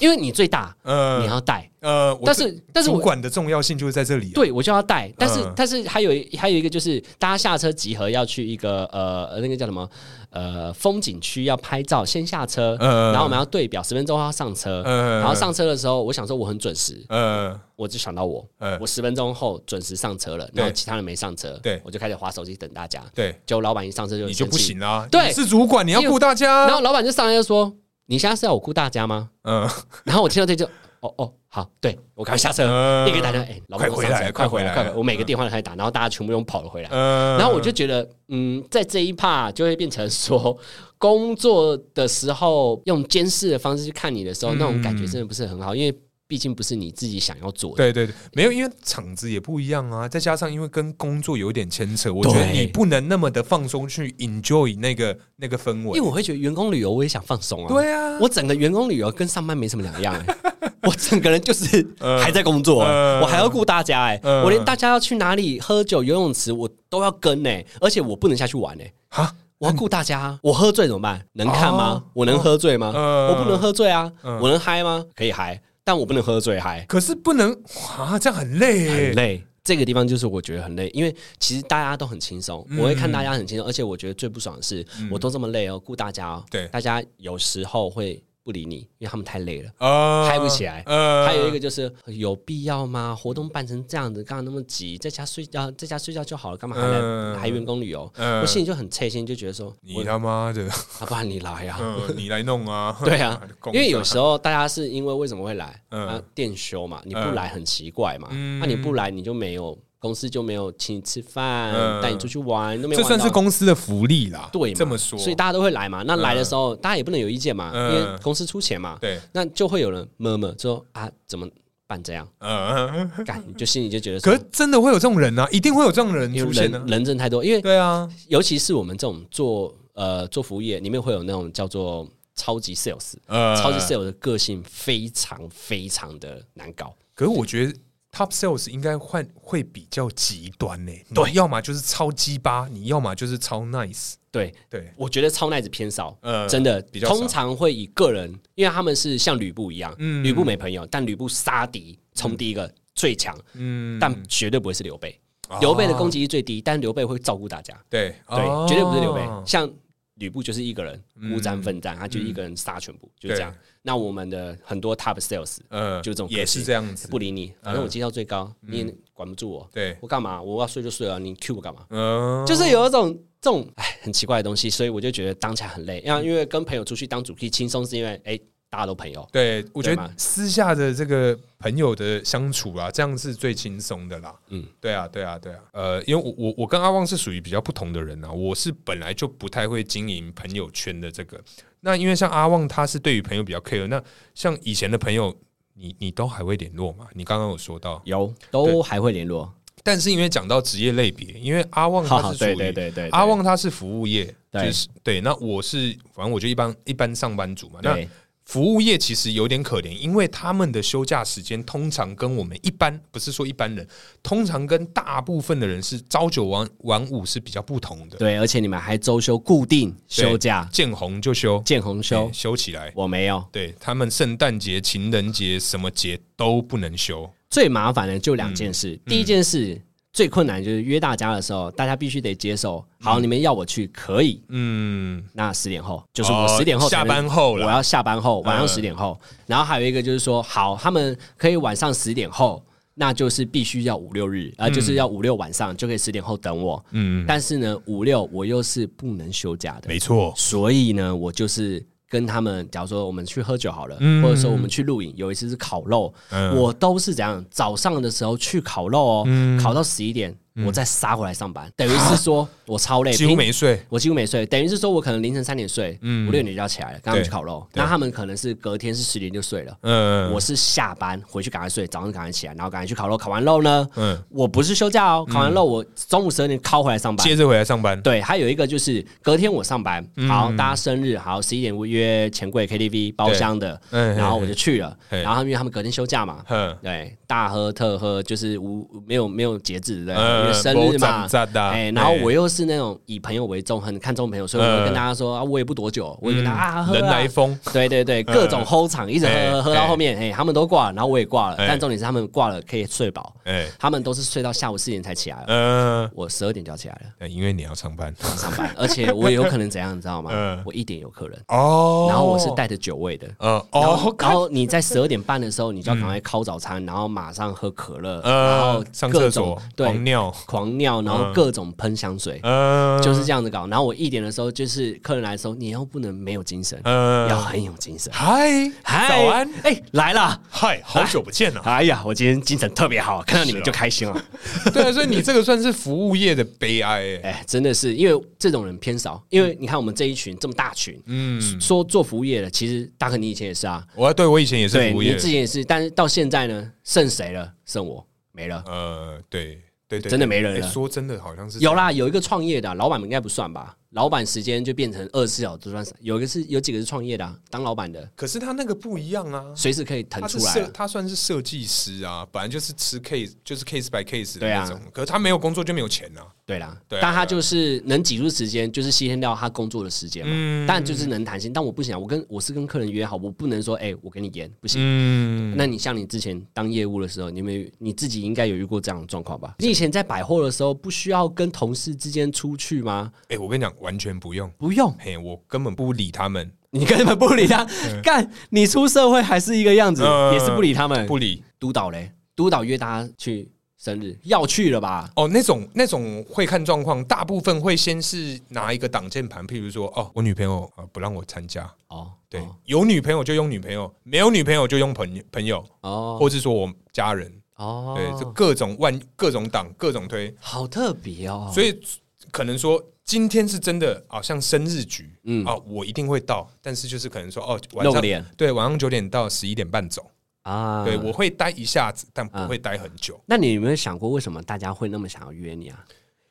S1: 因为你最大，你
S2: 嗯
S1: 要带，
S2: 呃，我
S1: 但
S2: 这
S1: 是但是
S2: 主
S1: 我
S2: 管的重要性就是在这里啊，
S1: 对我就要带，但是
S2: 嗯
S1: 但是还有一还有一个就是大家下车集合要去一个呃那个叫什么呃风景区要拍照，先下车，
S2: 嗯
S1: 然后我们要对表，十分钟后要上车，
S2: 嗯
S1: 然后上车的时候，我想说我很准时，
S2: 呃
S1: 我就想到我，
S2: 嗯
S1: 我十分钟后准时上车了，
S2: 对
S1: 然后其他人没上车，
S2: 对
S1: 我就开始划手机等大家。
S2: 对，
S1: 结果老板一上车就
S2: 你就不
S1: 生气
S2: 行，啦，
S1: 对
S2: 你是主管你要
S1: 因为
S2: 顾大
S1: 然
S2: 家，
S1: 后老板就上来就说：“你现在是要我顾大家
S2: [LAUGHS]
S1: 吗
S2: 嗯，？”
S1: 然后我听到这就，哦哦，好，对我赶快下车，
S2: 嗯
S1: 立刻打电话，哎，老板
S2: 快
S1: 我
S2: 回
S1: 上车
S2: 来
S1: 快
S2: 快
S1: 回
S2: 回
S1: 来，
S2: 来
S1: 快回来！我每个电话都开始打，然后大家全部都跑了回来。
S2: 嗯，
S1: 然后我就觉得，嗯，在这一趴就会变成说，
S2: 嗯
S1: 工作的时候用监视的方式去看你的时候，那种感觉真的不是很好，因为毕竟不是你自己想要做的。
S2: 对对对，没有，因为场子也不一样啊，再加上因为跟工作有点牵扯，我觉得
S1: 对
S2: 你不能那么的放松去 enjoy 那个那个氛
S1: 因为
S2: 围。
S1: 我会觉得员工旅游我也想放松啊。
S2: 对啊
S1: 我整个员工旅游跟上班没什么两
S2: [LAUGHS]
S1: 样、欸，我整个人就是
S2: 呃
S1: 还在工作、欸
S2: 呃
S1: 我还要顾大家哎、欸
S2: 呃
S1: 我连大家要去哪里喝酒、游泳池我都要跟哎、而且我不能下去玩哎、
S2: 啊，
S1: 我要顾大家
S2: [LAUGHS]
S1: 啊，我喝醉怎么办？能看吗？
S2: 哦
S1: 我能喝醉吗？
S2: 呃
S1: 我不能喝醉啊，
S2: 嗯
S1: 我能嗨吗？可以嗨，但我不能喝醉嗨，
S2: 可是不能哇，这样很累耶，
S1: 很累。这个地方就是我觉得很累，因为其实大家都很轻松，
S2: 嗯
S1: 我会看大家很轻松，而且我觉得最不爽的是，我都这么累哦，顾大家哦，
S2: 对
S1: 大家有时候会不理你，因为他们太累了。
S2: 呃
S1: 嗨不起来
S2: 呃
S1: 还有一个就是有必要吗？活动办成这样子，干嘛那么急？在家睡觉，在家睡觉就好了，干嘛还来、
S2: 嗯
S1: 还员工旅游？
S2: 嗯
S1: 我心里就很切心，就觉得说，
S2: 你
S1: 我
S2: 他妈的，
S1: 啊，不然你来呀、
S2: 呃 [LAUGHS] 你来弄啊，
S1: [LAUGHS] 对啊
S2: [LAUGHS] 公，
S1: 因为有时候大家是因为为什么会来？
S2: 嗯
S1: 啊，店休嘛，你不
S2: 嗯
S1: 来很奇怪嘛。
S2: 嗯
S1: 那、你不来，你就没有公司就没有请你吃饭，
S2: 嗯
S1: 带你出去玩，都没有
S2: 这
S1: 玩到。
S2: 算是公司的福利啦，
S1: 对嘛
S2: 这么说，
S1: 所以大家都会来嘛。那来的时候，大家也不能有意见嘛，
S2: 嗯
S1: 因为公司出钱嘛。
S2: 对，
S1: 那就会有人摸摸说啊，怎么办这样？ [LAUGHS]
S2: 呃，
S1: 干，你就心里就觉得
S2: 可
S1: 说，
S2: 是真的会有这种人啊，一定会有这种人
S1: 因
S2: 出
S1: 为
S2: 现
S1: 人
S2: 的，
S1: 人真的太多，因为
S2: 对啊，
S1: 尤其是我们这种做呃做服务业，里面会有那种叫做超级 sales，
S2: 呃
S1: 超级 sales 的个性非常非常的难搞。
S2: 可是我觉得 top sales 应该换会比较极端呢、对，要么就是超鸡巴，你要么就是超 nice，
S1: 对，
S2: 对，
S1: 我觉得超耐子偏少，
S2: 呃
S1: 真的
S2: 比较少
S1: 通常会以个人，因为他们是像吕布一样，
S2: 嗯
S1: 吕布没朋友，但吕布杀敌冲第一个最强，
S2: 嗯，哦
S1: 但绝对不会是刘备。刘备的攻击力最低，但刘备会照顾大家，
S2: 对
S1: 对，绝对不是刘备。
S2: 哦
S1: 像吕布就是一个人孤战奋战，他就一个人杀全部，就这样
S2: 嗯对。
S1: 那我们的很多 top sales
S2: 呃
S1: 就这种个性
S2: 也是这样子，
S1: 不理你，反正我绩效最高，你也管不住我。
S2: 对，
S1: 我干嘛？我要睡就睡啊，你 Q 我干嘛？
S2: 嗯、
S1: 就是有一种这种哎很奇怪的东西，所以我就觉得当起来很累。因为因为跟朋友出去当主 key 轻松，是因为哎、大家都朋友，
S2: 对，我觉
S1: 对
S2: 得
S1: 嘛
S2: 私下的这个朋友的相处啊，这样是最轻松的啦。嗯
S1: 嗯，
S2: 对啊，对啊，对啊。呃，因为我我我跟阿旺是属于比较不同的人啊，我是本来就不太会经营朋友圈的这个。那因为像阿旺，他是对于朋友比较 care。那像以前的朋友，你你都还会联络嘛？你刚刚有说到，
S1: 有都还会联络。
S2: 但是因为讲到职业类别，因为阿旺他
S1: 好
S2: 是属于啊
S1: 对对对对，对
S2: 阿旺他是服务业，
S1: 对
S2: 就是对。那我是反正我就一般一般上班族嘛。那
S1: 对
S2: 服务业其实有点可怜，因为他们的休假时间通常跟我们一般，不是说一般人，通常跟大部分的人是朝九晚晚五是比较不同的。
S1: 对，而且你们还周休固定休假，
S2: 见红就休，
S1: 见红
S2: 对
S1: 休，
S2: 休起来。
S1: 我没有。
S2: 对他们，圣诞节、情人节什么节都不能休。
S1: 最麻烦的就两件事，
S2: 嗯
S1: 第一件事。最困难就是约大家的时候，大家必须得接受。好，你们要我去可以，
S2: 嗯，
S1: 那十点后就是我
S2: 哦
S1: 十点后才
S2: 下
S1: 能
S2: 班后嗯
S1: 我
S2: 了。
S1: 要下班后，晚上十点后。然后还有一个就是说，好，他们可以晚上十点后，那就是必须要五六日，啊，就是要五六晚上就可以十点后等我。
S2: 嗯，
S1: 但是呢，五六我又是不能休假的，
S2: 没错。
S1: 所以呢，我就是。跟他们，假如说我们去喝酒好了，
S2: 嗯
S1: 或者说我们去露营，有一次是烤肉，
S2: 嗯
S1: 我都是怎样早上的时候去烤肉哦，
S2: 嗯
S1: 烤到十一点，我再杀回来上班，等于是说我超累，
S2: [GASPS] 几乎
S1: 平
S2: 没睡。
S1: 我几乎没睡，等于是说我可能凌晨三点睡，
S2: 嗯
S1: 五六点就要起来了，刚刚去烤肉。
S2: 对
S1: 那他们可能是隔天是十点就睡了，
S2: 嗯，
S1: 我是下班回去赶快睡，早上赶快起来，然后赶快去烤肉。烤完肉呢，
S2: 嗯，
S1: 我不是休假哦，烤完肉我中午十二点拷回来上班。
S2: 接着回来上班。
S1: 对，还有一个就是隔天我上班，
S2: 嗯
S1: 好，大家生日好，十一点约钱柜 KTV 包厢的，
S2: 嗯
S1: 然后我就去了。
S2: 嘿
S1: 然后因为他们隔天休假嘛，
S2: 哼，
S1: 对，大喝特喝就是无没有没有节制的，
S2: 嗯
S1: 因为生日嘛
S2: 没节制的，
S1: 哎，然后
S2: 哎
S1: 我又是那种以朋友为重，很看重朋友，所以我
S2: 嗯
S1: 会跟大家说啊，我也不多久，我也跟大家啊喝
S2: 人
S1: 啊
S2: 来疯。
S1: 对对对，各种齁场，一直
S2: 哎
S1: 喝喝喝到
S2: 哎
S1: 后面，哎，他们都挂了，然后我也挂了，
S2: 哎
S1: 但重点是他们挂了可以睡饱，
S2: 哎，
S1: 他们都是睡到下午四点才起来了，
S2: 嗯，哎
S1: 我十二点就要起来了
S2: 因为你要上
S1: [LAUGHS]
S2: 班。
S1: 上班，而且我有可能怎样，你知道吗
S2: 嗯？
S1: 我一点有客人，
S2: 哦，
S1: 然后我是带着酒味的，
S2: 呃
S1: 然后
S2: 哦，嗯
S1: 然后你在十二点半的时候，你就要赶快烤早餐，然后马上喝可乐，然
S2: 呃
S1: 后，
S2: 上
S1: 各
S2: 厕
S1: 种
S2: 所
S1: 对
S2: 狂尿，嗯
S1: 狂尿，然后各种喷香水，
S2: 呃，
S1: 就是这样子搞。然后我一点的时候，就是客人来的时候，你又不能没有精神，要
S2: 呃，
S1: 很有精神。
S2: 嗨，
S1: 嗨，
S2: 早安，，
S1: 哎，来了。
S2: 嗨，好久不见了。
S1: 哎呀，我今天精神特别好，看到你们
S2: 啊
S1: 就开心了。
S2: [LAUGHS] 对啊，所以你这个算是服务业的悲哀欸、
S1: 哎，真的是，因为这种人偏少。因为你看我们这一群这么大群，嗯，说做服务业的，其实大可你以前也是啊，
S2: [LAUGHS] 我对我以前也是
S1: 对，
S2: 服务
S1: 你
S2: 业的，
S1: 之前也是，但是到现在呢，剩谁了？剩我没了。
S2: 呃，对对对，
S1: 真的
S2: 对
S1: 没人了
S2: 欸说真的，好像是
S1: 有啦，有一个创业的啊、老板应该不算吧？老板时间就变成二十四小时算，有一个是有几个是创业的啊、当老板的
S2: 可是他那个不一样啊，
S1: 随时可以腾
S2: 他是
S1: 出来
S2: 设
S1: 啊。
S2: 他算是设计师啊，本来就是吃 case 就是 case by case 的
S1: 对啊
S2: 那种，可是他没有工作就没有钱啊。
S1: 对啦，
S2: 对啊
S1: 但他
S2: 对啊
S1: 就是能挤出时间，就是牺牲掉他工作的时间嘛。
S2: 嗯
S1: 但就是能弹性，但我不行啊，我跟我是跟客人约好，我不能说，哎、我给你延，不行。
S2: 嗯，
S1: 那你像你之前当业务的时候，你有没有你自己应该有遇过这样的状况吧？嗯你以前在百货的时候，不需要跟同事之间出去吗？
S2: 哎、我跟你讲，完全不用，
S1: 不用，
S2: 嘿，我根本不理他们，
S1: 你根本不 [LAUGHS] 理他，干你出社会还是一个样子，
S2: 嗯
S1: 也是呃不理他们。
S2: 不理。
S1: 督导嘞，督导约大家去生日，要去了吧？
S2: 哦，那种那种会看状况，大部分会先是拿一个挡箭盘，譬如说，哦，我女朋友啊、呃不让我参加，
S1: 哦，
S2: 对，有女朋友就用女朋友，没有女朋友就用朋友朋友，
S1: 哦
S2: 或是说我家人，
S1: 哦，
S2: 对，这各种万各种党各种推，
S1: 好特别哦。
S2: 所以可能说今天是真的啊，像生日局，
S1: 嗯
S2: 嗯啊，我一定会到，但是就是可能说哦，晚
S1: 露个
S2: 上
S1: 脸
S2: 对晚上九点到十一点半走，
S1: 啊，
S2: 对我会待一下子，但不会待很久。
S1: 那你有没有想过，为什么大家会那么想要约你啊？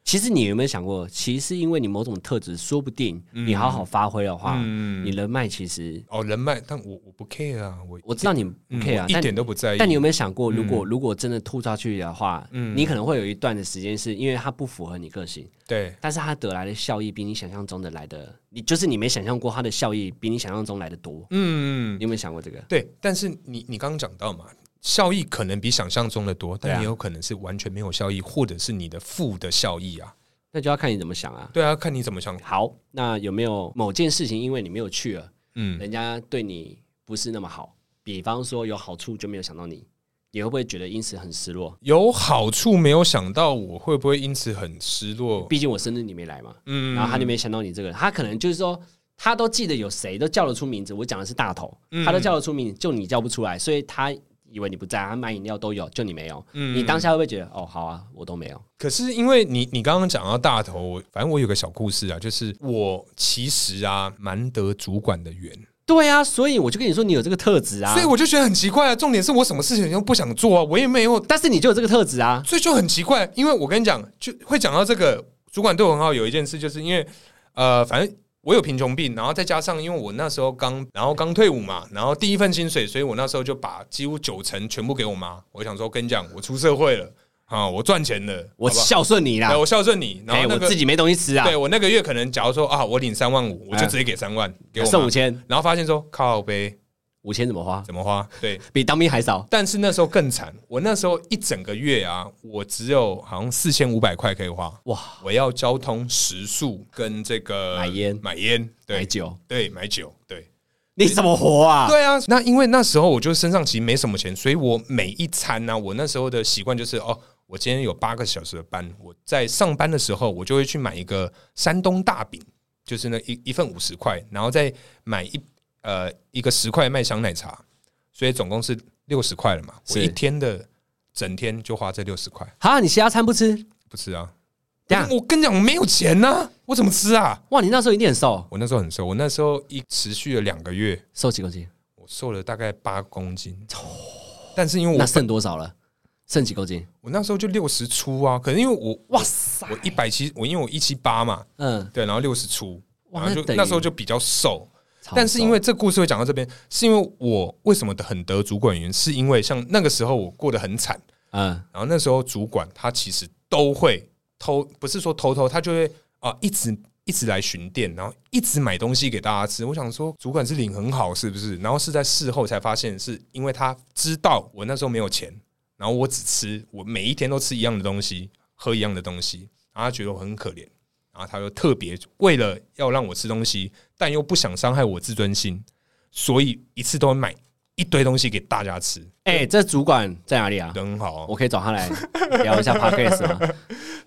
S1: 其实你有没有想过，其实是因为你某种特质，说不定
S2: 嗯
S1: 你好好发挥的话，你人脉其实
S2: 哦，人脉，但我我不 care 啊，我
S1: 我知道你不
S2: 嗯
S1: care 啊，
S2: 我一
S1: 但
S2: 点都不在意。
S1: 但你有没有想过，如果如果真的吐下去的话，
S2: 嗯
S1: 你可能会有一段的时间是因为它不符合你个性，
S2: 对
S1: 但是它得来的效益比你想象中的来的，你就是你没想象过它的效益比你想象中来的多。
S2: 嗯
S1: 你有没有想过这个？
S2: 对，但是你你刚刚讲到嘛。效益可能比想象中的多，
S1: 对
S2: 但
S1: 啊
S2: 也有可能是完全没有效益，或者是你的负的效益啊。
S1: 那就要看你怎么想啊。
S2: 对啊，看你怎么想。
S1: 好，那有没有某件事情因为你没有去了，
S2: 嗯，
S1: 人家对你不是那么好？比方说有好处就没有想到你，你会不会觉得因此很失落？
S2: 有好处没有想到，我会不会因此很失落？
S1: 毕竟我生日你没来嘛，
S2: 嗯
S1: 然后他就没想到你这个人，他可能就是说。他都记得有谁都叫得出名字，我讲的是大头，他都叫得出名，就你叫不出来，所以他以为你不在，他买饮料都有，就你没有。你当下会不会觉得哦，好啊，我都没有？
S2: 可是因为你你刚刚讲到大头，我反正我有个小故事啊，就是我其实啊蛮得主管的缘，
S1: 对啊，所以我就跟你说，你有这个特质啊，
S2: 所以我就觉得很奇怪啊。重点是我什么事情都不想做啊，我也没有，
S1: 但是你就有这个特质啊，
S2: 所以就很奇怪。因为我跟你讲，就会讲到这个主管对我很好，有一件事就是因为呃，反正。我有贫穷病，然后再加上因为我那时候刚，然后刚退伍嘛，然后第一份薪水，所以我那时候就把几乎九成全部给我妈。我想说，跟你讲，我出社会了啊，我赚钱了，
S1: 我
S2: 好不好
S1: 孝顺你啦
S2: 对，我孝顺你，然
S1: 哎、
S2: 后那
S1: 我
S2: 个
S1: 自己没东西吃啊，
S2: 对我那个月可能，假如说啊，我领三万五，我就直接给三万给我妈
S1: 哎送五，千，
S2: 然后发现说靠呗，
S1: 五千怎么花？
S2: 怎么花？对，
S1: 比当兵还少。
S2: 但是那时候更惨，我那时候一整个月啊，我只有好像四千五百块可以花，
S1: 哇，
S2: 我要交通、食宿跟这个
S1: 买烟
S2: 买烟，
S1: 买
S2: 对
S1: 酒，
S2: 对，买酒，对。
S1: 你怎么活啊？
S2: 对啊，那因为那时候我就身上其实没什么钱，所以我每一餐呢、我那时候的习惯就是哦，我今天有八个小时的班，我在上班的时候，我就会去买一个山东大饼，就是那一一份五十块，然后再买一呃一个十块麦香奶茶，所以总共是六十块了嘛。我
S1: 是
S2: 一天的整天就花这六十块，
S1: 哈，你其他餐不吃？
S2: 不吃啊。
S1: 等一下
S2: 我跟你讲，我没有钱呐、我怎么吃啊？
S1: 哇，你那时候一定很瘦，
S2: 我那时候很瘦，我那时候一持续了两个月，
S1: 瘦几公斤？
S2: 我瘦了大概八公斤，但是因为
S1: 哦那
S2: 我
S1: 剩多少了？剩几公斤？
S2: 我那时候就六十出啊，可能因为我哇塞，我一百七，我因为我一七八嘛，
S1: 嗯，
S2: 对，然后六十出，
S1: 哇
S2: 然后就
S1: 那等于
S2: 那时候就比较瘦，
S1: 超
S2: 但是因为
S1: 瘦
S2: 这故事会讲到这边，是因为我为什么很得主管缘，是因为像那个时候我过得很惨，
S1: 嗯，
S2: 然后那时候主管他其实都会偷，不是说偷偷，他就会啊、一直一直来巡店，然后一直买东西给大家吃。我想说，主管是领很好是不是？然后是在事后才发现，是因为他知道我那时候没有钱，然后我只吃，我每一天都吃一样的东西，喝一样的东西，然后他觉得我很可怜。然后他又特别为了要让我吃东西，但又不想伤害我自尊心，所以一次都会买一堆东西给大家吃，
S1: 哎、这主管在哪里啊？
S2: 人好
S1: 我。可以找他来 [LAUGHS] 聊一下 podcast
S2: [LAUGHS]
S1: 吗？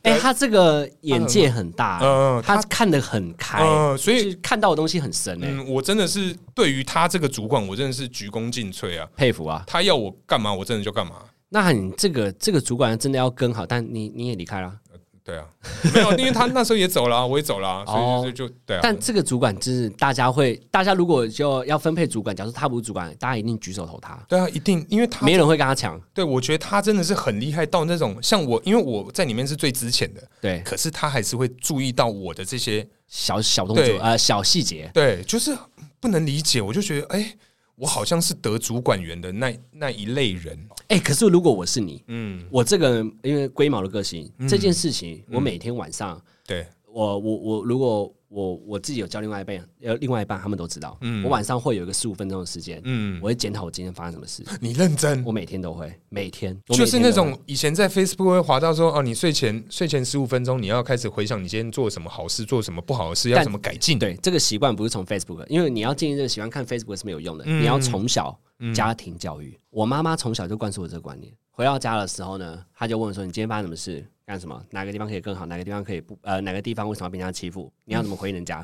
S1: 哎、他这个眼界很大、
S2: 嗯
S1: 他看得很开，
S2: 嗯所以
S1: 就是看到的东西很深哎、
S2: 嗯，我真的是对于他这个主管，我真的是鞠躬尽瘁啊！
S1: 佩服啊！
S2: 他要我干嘛，我真的就干嘛。
S1: 那你这个这个主管真的要跟好，但你你也离开了啊，
S2: 对啊，没有，因为他那时候也走了啊，我也走了啊，
S1: 哦
S2: 所以就就对啊。
S1: 但这个主管就是大家会，大家如果就要分配主管，假如他不是主管，大家一定举手投他，
S2: 对啊，一定，因为他
S1: 没人会跟他抢。
S2: 对我觉得他真的是很厉害到那种，像我，因为我在里面是最值钱的，
S1: 对，
S2: 可是他还是会注意到我的这些，
S1: 小小动作
S2: 对
S1: 呃小细节，
S2: 对，就是不能理解，我就觉得，哎、我好像是得主管员的那那一类人，哦
S1: 哎、可是如果我是你，
S2: 嗯，
S1: 我这个人因为龟毛的个性，这件事情我每天晚上。
S2: 对，
S1: 我我我如果我我自己有教另外一半，呃，另外一半他们都知道，我晚上会有一个十五分钟的时间，
S2: 嗯，
S1: 我会检讨我今天发生什么
S2: [LAUGHS]
S1: 事，
S2: 你认真，
S1: 我每天都会，每天我每
S2: 就是
S1: 天都
S2: 那
S1: 会
S2: 种以前在 Facebook 会滑到说，哦，你睡前睡前十五分钟，你要开始回想你今天做什么好事，做什么不好的事，要
S1: 但
S2: 怎么改进，
S1: 对这个习惯不是从 Facebook，因为你要建立这个习惯，看 Facebook 是没有用的，
S2: 嗯
S1: 你要从小家庭教育。我妈妈从小就灌输我这个观念。回到家的时候呢，她就问我说：“你今天发生什么事？干什么？哪个地方可以更好？哪个地方可以不？呃，哪个地方为什么要被人家欺负？你要怎么回应人家？”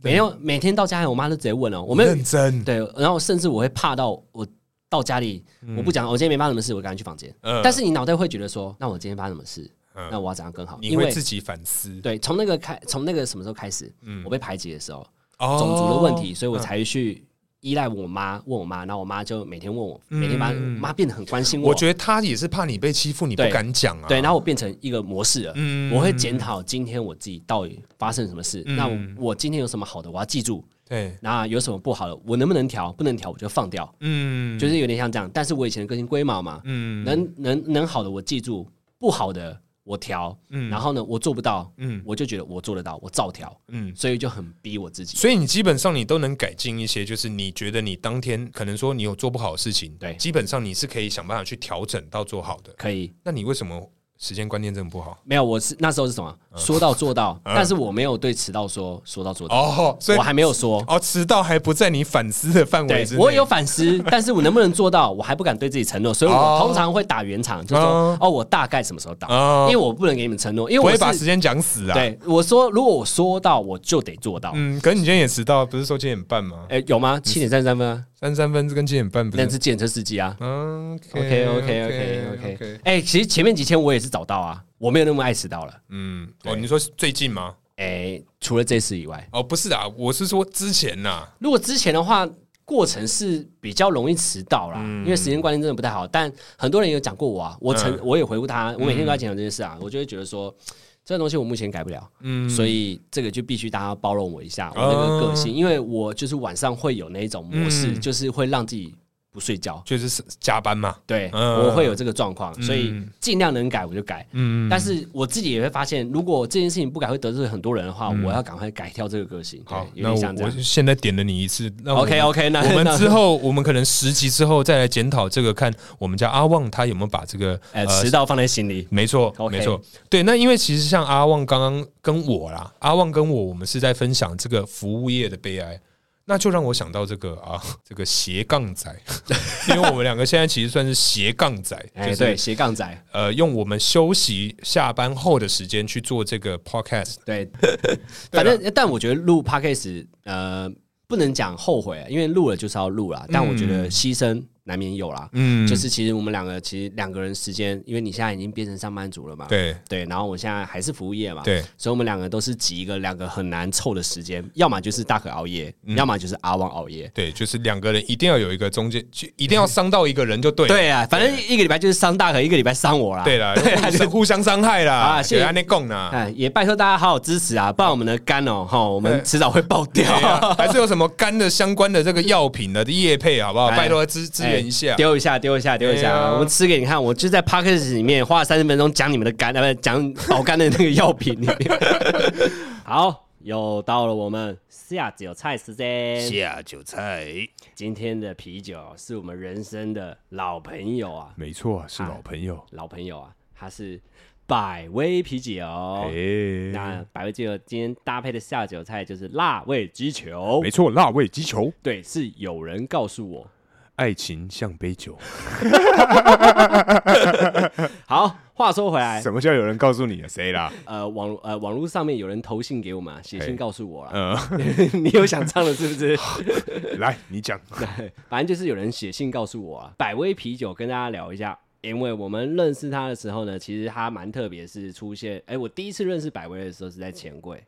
S1: 每天每天到家里，我妈都直接问了、我
S2: 我
S1: 没有
S2: 认真，
S1: 对，然后甚至我会怕到我到家里，我不讲，我今天没发生什么事，我赶紧去房间。
S2: 嗯
S1: 但是你脑袋会觉得说，那我今天发生什么事？
S2: 嗯
S1: 那我要怎样更好？
S2: 你
S1: 因
S2: 会
S1: 为
S2: 自己嗯反思，
S1: 对，从那个开，从那个什么时候开始，我被排挤的时候，
S2: 哦嗯
S1: 种族的问题，，所以我才去依赖我妈，问我妈，然后我妈就每天问我，每天把我妈变得很关心
S2: 嗯哦我觉得他也是怕你被欺负，你不
S1: 对
S2: 敢讲啊，
S1: 对，然后我变成一个模式了，
S2: 嗯
S1: 我会检讨今天我自己到底发生什么事，那我我今天有什么好的，我要记住，
S2: 对，
S1: 那有什么不好的，我能不能调？不能调我就放掉，
S2: 嗯，
S1: 就是有点像这样。但是我以前的个性龟毛嘛，
S2: 嗯
S1: 能能能好的我记住，不好的我调，然后呢我做不到，
S2: 嗯
S1: 我就觉得我做得到，我照调，
S2: 嗯，
S1: 所以就很逼我自己。
S2: 所以你基本上你都能改进一些，就是你觉得你当天可能说你有做不好的事情，
S1: 对
S2: 基本上你是可以想办法去调整到做好的。
S1: 可以，
S2: 那你为什么时间观念这么不好？
S1: 没有，我是那时候是什么？说到做到，但是我没有对迟到说说到做到，
S2: 嗯哦，所以
S1: 我还没有说。
S2: 哦，迟到还不在你反思的范围
S1: 对
S2: 之，内。
S1: 我有反
S2: [LAUGHS]
S1: 思，但是我能不能做到，我还不敢对自己承诺，所以我
S2: 哦
S1: 通常会打圆场，就说
S2: 哦
S1: 哦，我大概什么时候到，
S2: 哦
S1: 因为我不能给你们承诺，因
S2: 不
S1: 为我
S2: 会把时
S1: 是
S2: 间讲死啊。，
S1: 对我说，如果我说到，我就得做到。
S2: 嗯，可是你今天也迟到，不是说七点半吗？
S1: 哎，有吗？七点三十三分啊，
S2: 三三分跟七点半不
S1: 那
S2: 是？
S1: 是检测司机啊。
S2: 嗯
S1: OK OK
S2: OK
S1: OK OK。哎、其实前面几天我也是早到啊，我没有那么爱迟到了。
S2: 嗯，哦，你说最近吗？
S1: 哎、除了这次以外，
S2: 哦，不是啊，我是说之前呐、
S1: 如果之前的话，过程是比较容易迟到啦，
S2: 嗯
S1: 因为时间观念真的不太好。但很多人有讲过我啊，我曾、我也回复
S2: 嗯
S1: 他，我每天都在讲这件事啊，我就会觉得说。这个东西我目前改不了，嗯，所以这个就必须大家包容我一下，我
S2: 哦
S1: 那个个性，因为我就是晚上会有那一种模式，
S2: 嗯
S1: 就是会让自己不睡觉，
S2: 就是加班嘛。
S1: 对，
S2: 嗯
S1: 我会有这个状况，所以尽量能改我就改。嗯，但是我自己也会发现，如果这件事情不改会得罪很多人的话，我要赶快改掉这个个性。
S2: 嗯好，
S1: 对有点
S2: 那我
S1: 像这
S2: 我
S1: 样。
S2: 现在点了你一次。那我
S1: OK OK，那 [LAUGHS]
S2: 我
S1: 那
S2: 们之后，我们可能十集之后再来检讨这个，看我们家阿旺他有没有把这个呃
S1: 哎迟到放在心里。
S2: 没错
S1: OK
S2: 没错，对。那因为其实像阿旺刚刚跟我啦，阿旺跟我，我们是在分享这个服务业的悲哀。那就让我想到这个啊，这个斜杠仔， [LAUGHS] 因为我们两个现在其实算是斜杠仔，
S1: 哎，
S2: 就是
S1: 对，斜杠仔，
S2: 呃，用我们休息下班后的时间去做这个 podcast。
S1: 对，反正但我觉得录 podcast 呃不能讲后悔，啊因为录了就是要录啦，但我觉得牺牲难免有啦。
S2: 嗯，
S1: 就是其实我们两个其实两个人时间，因为你现在已经变成上班族了嘛，
S2: 对
S1: 对，啊然后我现在还是服务业嘛，
S2: 啊对，
S1: 所以我们两个都是挤一个两个很难凑的时间，要么就是大可熬夜，要么就是阿旺熬夜。
S2: 对，就是两个人一定要有一个中间，就一定要伤到一个人就对了。
S1: 对啊，反正一个礼拜就是伤大可，一个礼拜伤我啦。
S2: 对啦，是互相伤害啦。
S1: 啊
S2: 啊，
S1: 谢谢
S2: 谢安内供啦。
S1: 哎，也拜托大家好好支持啊，不然我们的肝哦，哈，我们迟早会爆掉。
S3: 哎
S1: [LAUGHS]
S2: 对啊还是有什么肝的相关的这个药品的业配，好不好？
S1: 哎
S2: 拜托支支援一
S1: 哎
S2: 下。
S1: 丢一下，丢一下，丢一下！
S2: 对啊
S1: 我们吃给你看，我就在 p o d c a s t 里面花了三十分钟讲你们的肝，呃，不讲保肝的那个药品里面。 [LAUGHS] 好，又到了我们下酒菜时间。
S2: 下酒菜，
S1: 今天的啤酒是我们人生的老朋友啊，
S2: 没错，是老朋友。
S1: 老朋友啊，它是百威啤酒。
S2: 哎
S1: 哦那百威啤酒今天搭配的下酒菜就是辣味鸡球。
S2: 错，辣味鸡球。
S1: 对，是有人告诉我，
S3: 爱情像杯酒。
S1: 好，话说回来，
S3: 什么叫有人告诉你啊？
S1: [LAUGHS]
S3: 谁啦？
S1: 呃，网呃网络上面有人投信给我们啊，写
S3: 嘿
S1: 信告诉我了， [LAUGHS]
S3: 嗯，
S1: 你有想唱的是不是？ [LAUGHS]
S3: 来你讲。
S1: 对，反正就是有人写信告诉我啊，百威啤酒跟大家聊一下。因为我们认识他的时候呢，其实他蛮特别，是出现。哎，我第一次认识百威的时候是在钱柜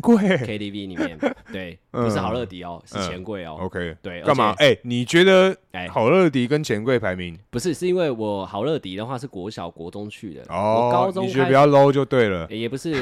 S1: [LAUGHS]
S3: 柜
S1: KTV 里
S3: [LAUGHS]
S1: 面，对，不是好乐迪哦，是钱柜哦，
S3: 嗯，OK，
S1: 对
S3: 干嘛？
S1: 而
S3: 哎，你觉得
S1: 哎
S3: 好乐迪跟钱柜排名？
S1: 不是，是因为我好乐迪的话是国小国中去的，我
S3: 哦
S1: 高，中
S3: 你觉得
S1: 开哎
S3: 比较 low 就对了。
S1: 也不是，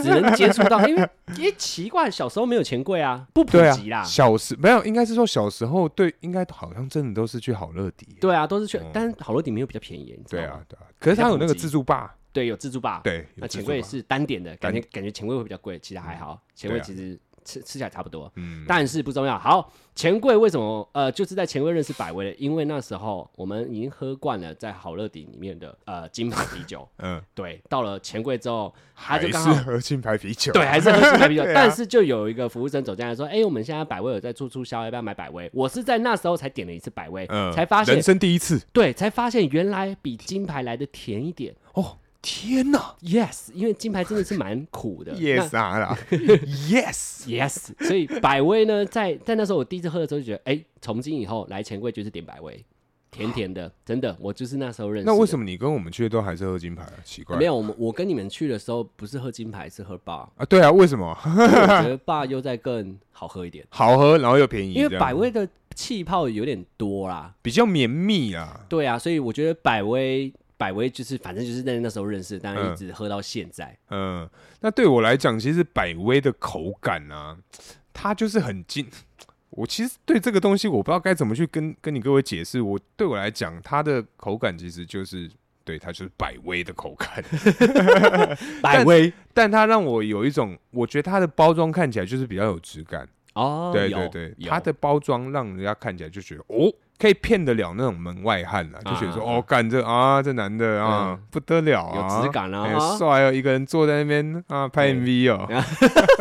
S1: 只能接触到，因为也奇怪，小时候没有钱柜啊，不普
S3: 对啊
S1: 及啦，，
S3: 小时没有，应该是说小时候对，应该好像真的都是去好乐迪。
S1: 对啊，都是去，但是好乐迪没有比较便宜，你知道
S3: 嗯对
S1: 吗，
S3: 啊，对啊。可是他有那个自助吧？
S1: 对，有自助吧，
S3: 对，有
S1: 那
S3: 自
S1: 钱
S3: 助吧
S1: 柜是单点的，感
S3: 单
S1: 觉感觉钱柜会比较贵，其实还好，钱柜
S3: 对啊
S1: 其实吃吃起来差不多，
S3: 嗯，
S1: 但是不重要。好，钱柜为什么呃就是在钱柜认识百威的？因为那时候我们已经喝惯了在好乐迪里面的呃金牌啤酒，
S3: 嗯，
S1: 对，到了钱柜之后，他
S3: 还
S1: 就是刚好
S3: 喝金牌啤酒。
S1: 对，还是喝金牌啤酒。
S3: [LAUGHS] 对啊
S1: 但是就有一个服务生走进来说：“哎、我们现在百威有在做促销，要不要买百威？”我是在那时候才点了一次百威，
S3: 嗯，
S1: 才发现
S3: 人生第一次。
S1: 对，才发现原来比金牌来的甜一点。
S3: 哦，天哪
S1: Yes，因为金牌真的是蛮苦的。
S3: ！Yes 啊啦，Yes，
S1: 那 [LAUGHS] Yes，所以 [LAUGHS] 百威呢，在在那时候我第一次喝的时候就觉得，哎、从今以后来钱柜就是点百威，甜甜的，真的，我就是那时候认识的。
S3: [LAUGHS] 那为什么你跟我们去的都还是喝金牌啊？奇怪，
S1: 没有我们？我跟你们去的时候不是喝金牌，是喝
S3: [LAUGHS]
S1: bar，
S3: 啊？对啊，为什么
S1: 因为我觉得 bar 又再更好喝一点，
S3: 好喝然后又便宜？
S1: 因为
S3: 这样
S1: 百威的气泡有点多啦。
S3: 比较绵密啊。
S1: 对啊，所以我觉得百威，百威就是反正就是在那时候认识，当然一直喝到现在。
S3: 嗯，那对我来讲，其实百威的口感啊，它就是很近。我其实对这个东西，我不知道该怎么去跟跟你各位解释。我对我来讲，它的口感其实就是对它就是百威的口感， [LAUGHS]
S1: 百威
S3: 但它让我有一种，我觉得它的包装看起来就是比较有质感。
S1: 哦，
S3: 对
S1: 有
S3: 对对，
S1: 有
S3: 它的包装让人家看起来就觉得哦，可以骗得了那种门外汉啦，就觉得说
S1: 啊啊啊
S3: 哦，干这啊，这男的啊
S1: 嗯，
S3: 不得了啊，
S1: 有质感啊
S3: 哎
S1: 啊
S3: 帅哦，一个人坐在那边啊拍
S1: [LAUGHS] 对
S3: MV 哦，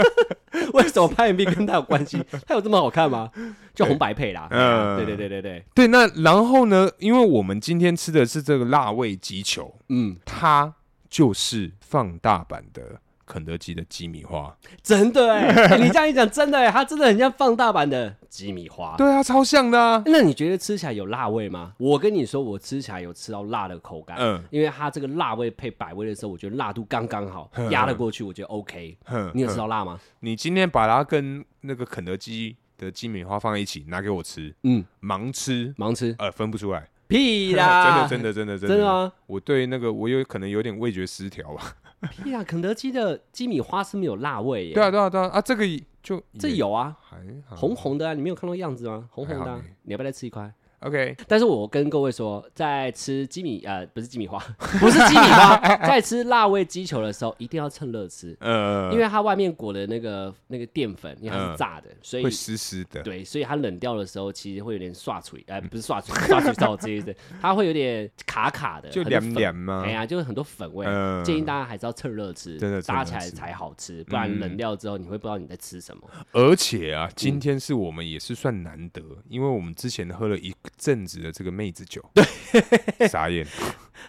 S1: [LAUGHS] 为什么拍 MV 跟他有关
S3: [LAUGHS]
S1: 系？他有这么好看吗？就红白配啦。
S3: 嗯
S1: 对对对对对，
S3: 对，那然后呢？因为我们今天吃的是这个辣味鸡球，
S1: 嗯，
S3: 它就是放大版的肯德基的鸡米花。
S1: 真的哎，你这样一讲，真的哎，它真的很像放大版的鸡米花。
S3: 对啊，超像的啊。
S1: 那你觉得吃起来有辣味吗？我跟你说，我吃起来有吃到辣的口感，
S3: 嗯
S1: 因为它这个辣味配百味的时候，我觉得辣度刚刚好，压得过去，我觉得 OK。
S3: 哼，
S1: 你有吃
S3: 哼
S1: 到辣吗？
S3: 你今天把它跟那个肯德基的鸡米花放在一起，拿给我吃，
S1: 嗯，
S3: 盲吃，
S1: 盲吃
S3: 呃，分不出来。
S1: 屁啦，
S3: [LAUGHS] 真的，真的，真的，
S1: 真的吗？
S3: 我对那个我有可能有点味觉失调吧。
S1: 屁啊！肯德基的鸡米花是没有辣味耶。
S3: [LAUGHS] 对啊，，对啊，对啊，啊，这个就
S1: 这
S3: 也
S1: 有啊，
S3: 还好
S1: 红红的啊，你没有看到样子吗？红红的
S3: 还
S1: 啊、
S3: 好没
S1: 你要不要再吃一块？
S3: OK，
S1: 但是我跟各位说，在吃鸡米呃不是鸡米
S3: [LAUGHS]
S1: 花，不是鸡米花， [LAUGHS] 在吃辣味鸡球的时候，一定要趁热吃，
S3: [LAUGHS] 呃，
S1: 因为它外面裹的那个那个淀粉，因为它是
S3: 嗯
S1: 炸的，所以
S3: 会湿湿的。
S1: 对，所以它冷掉的时候，其实会有点刷嘴，呃，不是刷嘴， [LAUGHS] 刷嘴到这一阵，它会有点卡卡的，
S3: 就
S1: 很多
S3: 凉
S1: 粉
S3: 凉吗
S1: 哎呀，就是很多粉味。
S3: 嗯
S1: 建议大家还是要趁热吃，
S3: 真的嗯趁
S1: 搭
S3: 热
S1: 起来
S3: 吃
S1: 才好吃，不然冷掉之后你会不知道你在吃什么。
S3: 而且啊，今天是我们也是算难得，因为我们之前喝了一阵子的这个妹子酒，
S1: [LAUGHS]
S3: 对， [LAUGHS] 傻眼，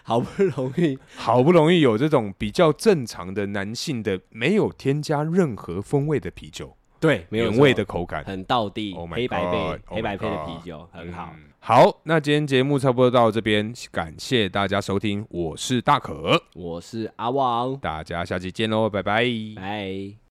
S1: 好不容易，
S3: 好不容易有这种比较正常的男性的，没有添加任何风味的啤酒，
S1: 对，没有
S3: 原
S1: 错
S3: 味的，口感，
S1: 很到地
S3: Oh，my
S1: 黑白配
S3: Oh God，Oh
S1: 黑白配的
S3: my
S1: 啤
S3: God
S1: 酒很好。
S3: 嗯好，那今天节目差不多到这边，感谢大家收听，我是大可，
S1: 我是阿旺，
S2: 嗯
S3: 大家下期见喽，拜拜。
S1: 拜。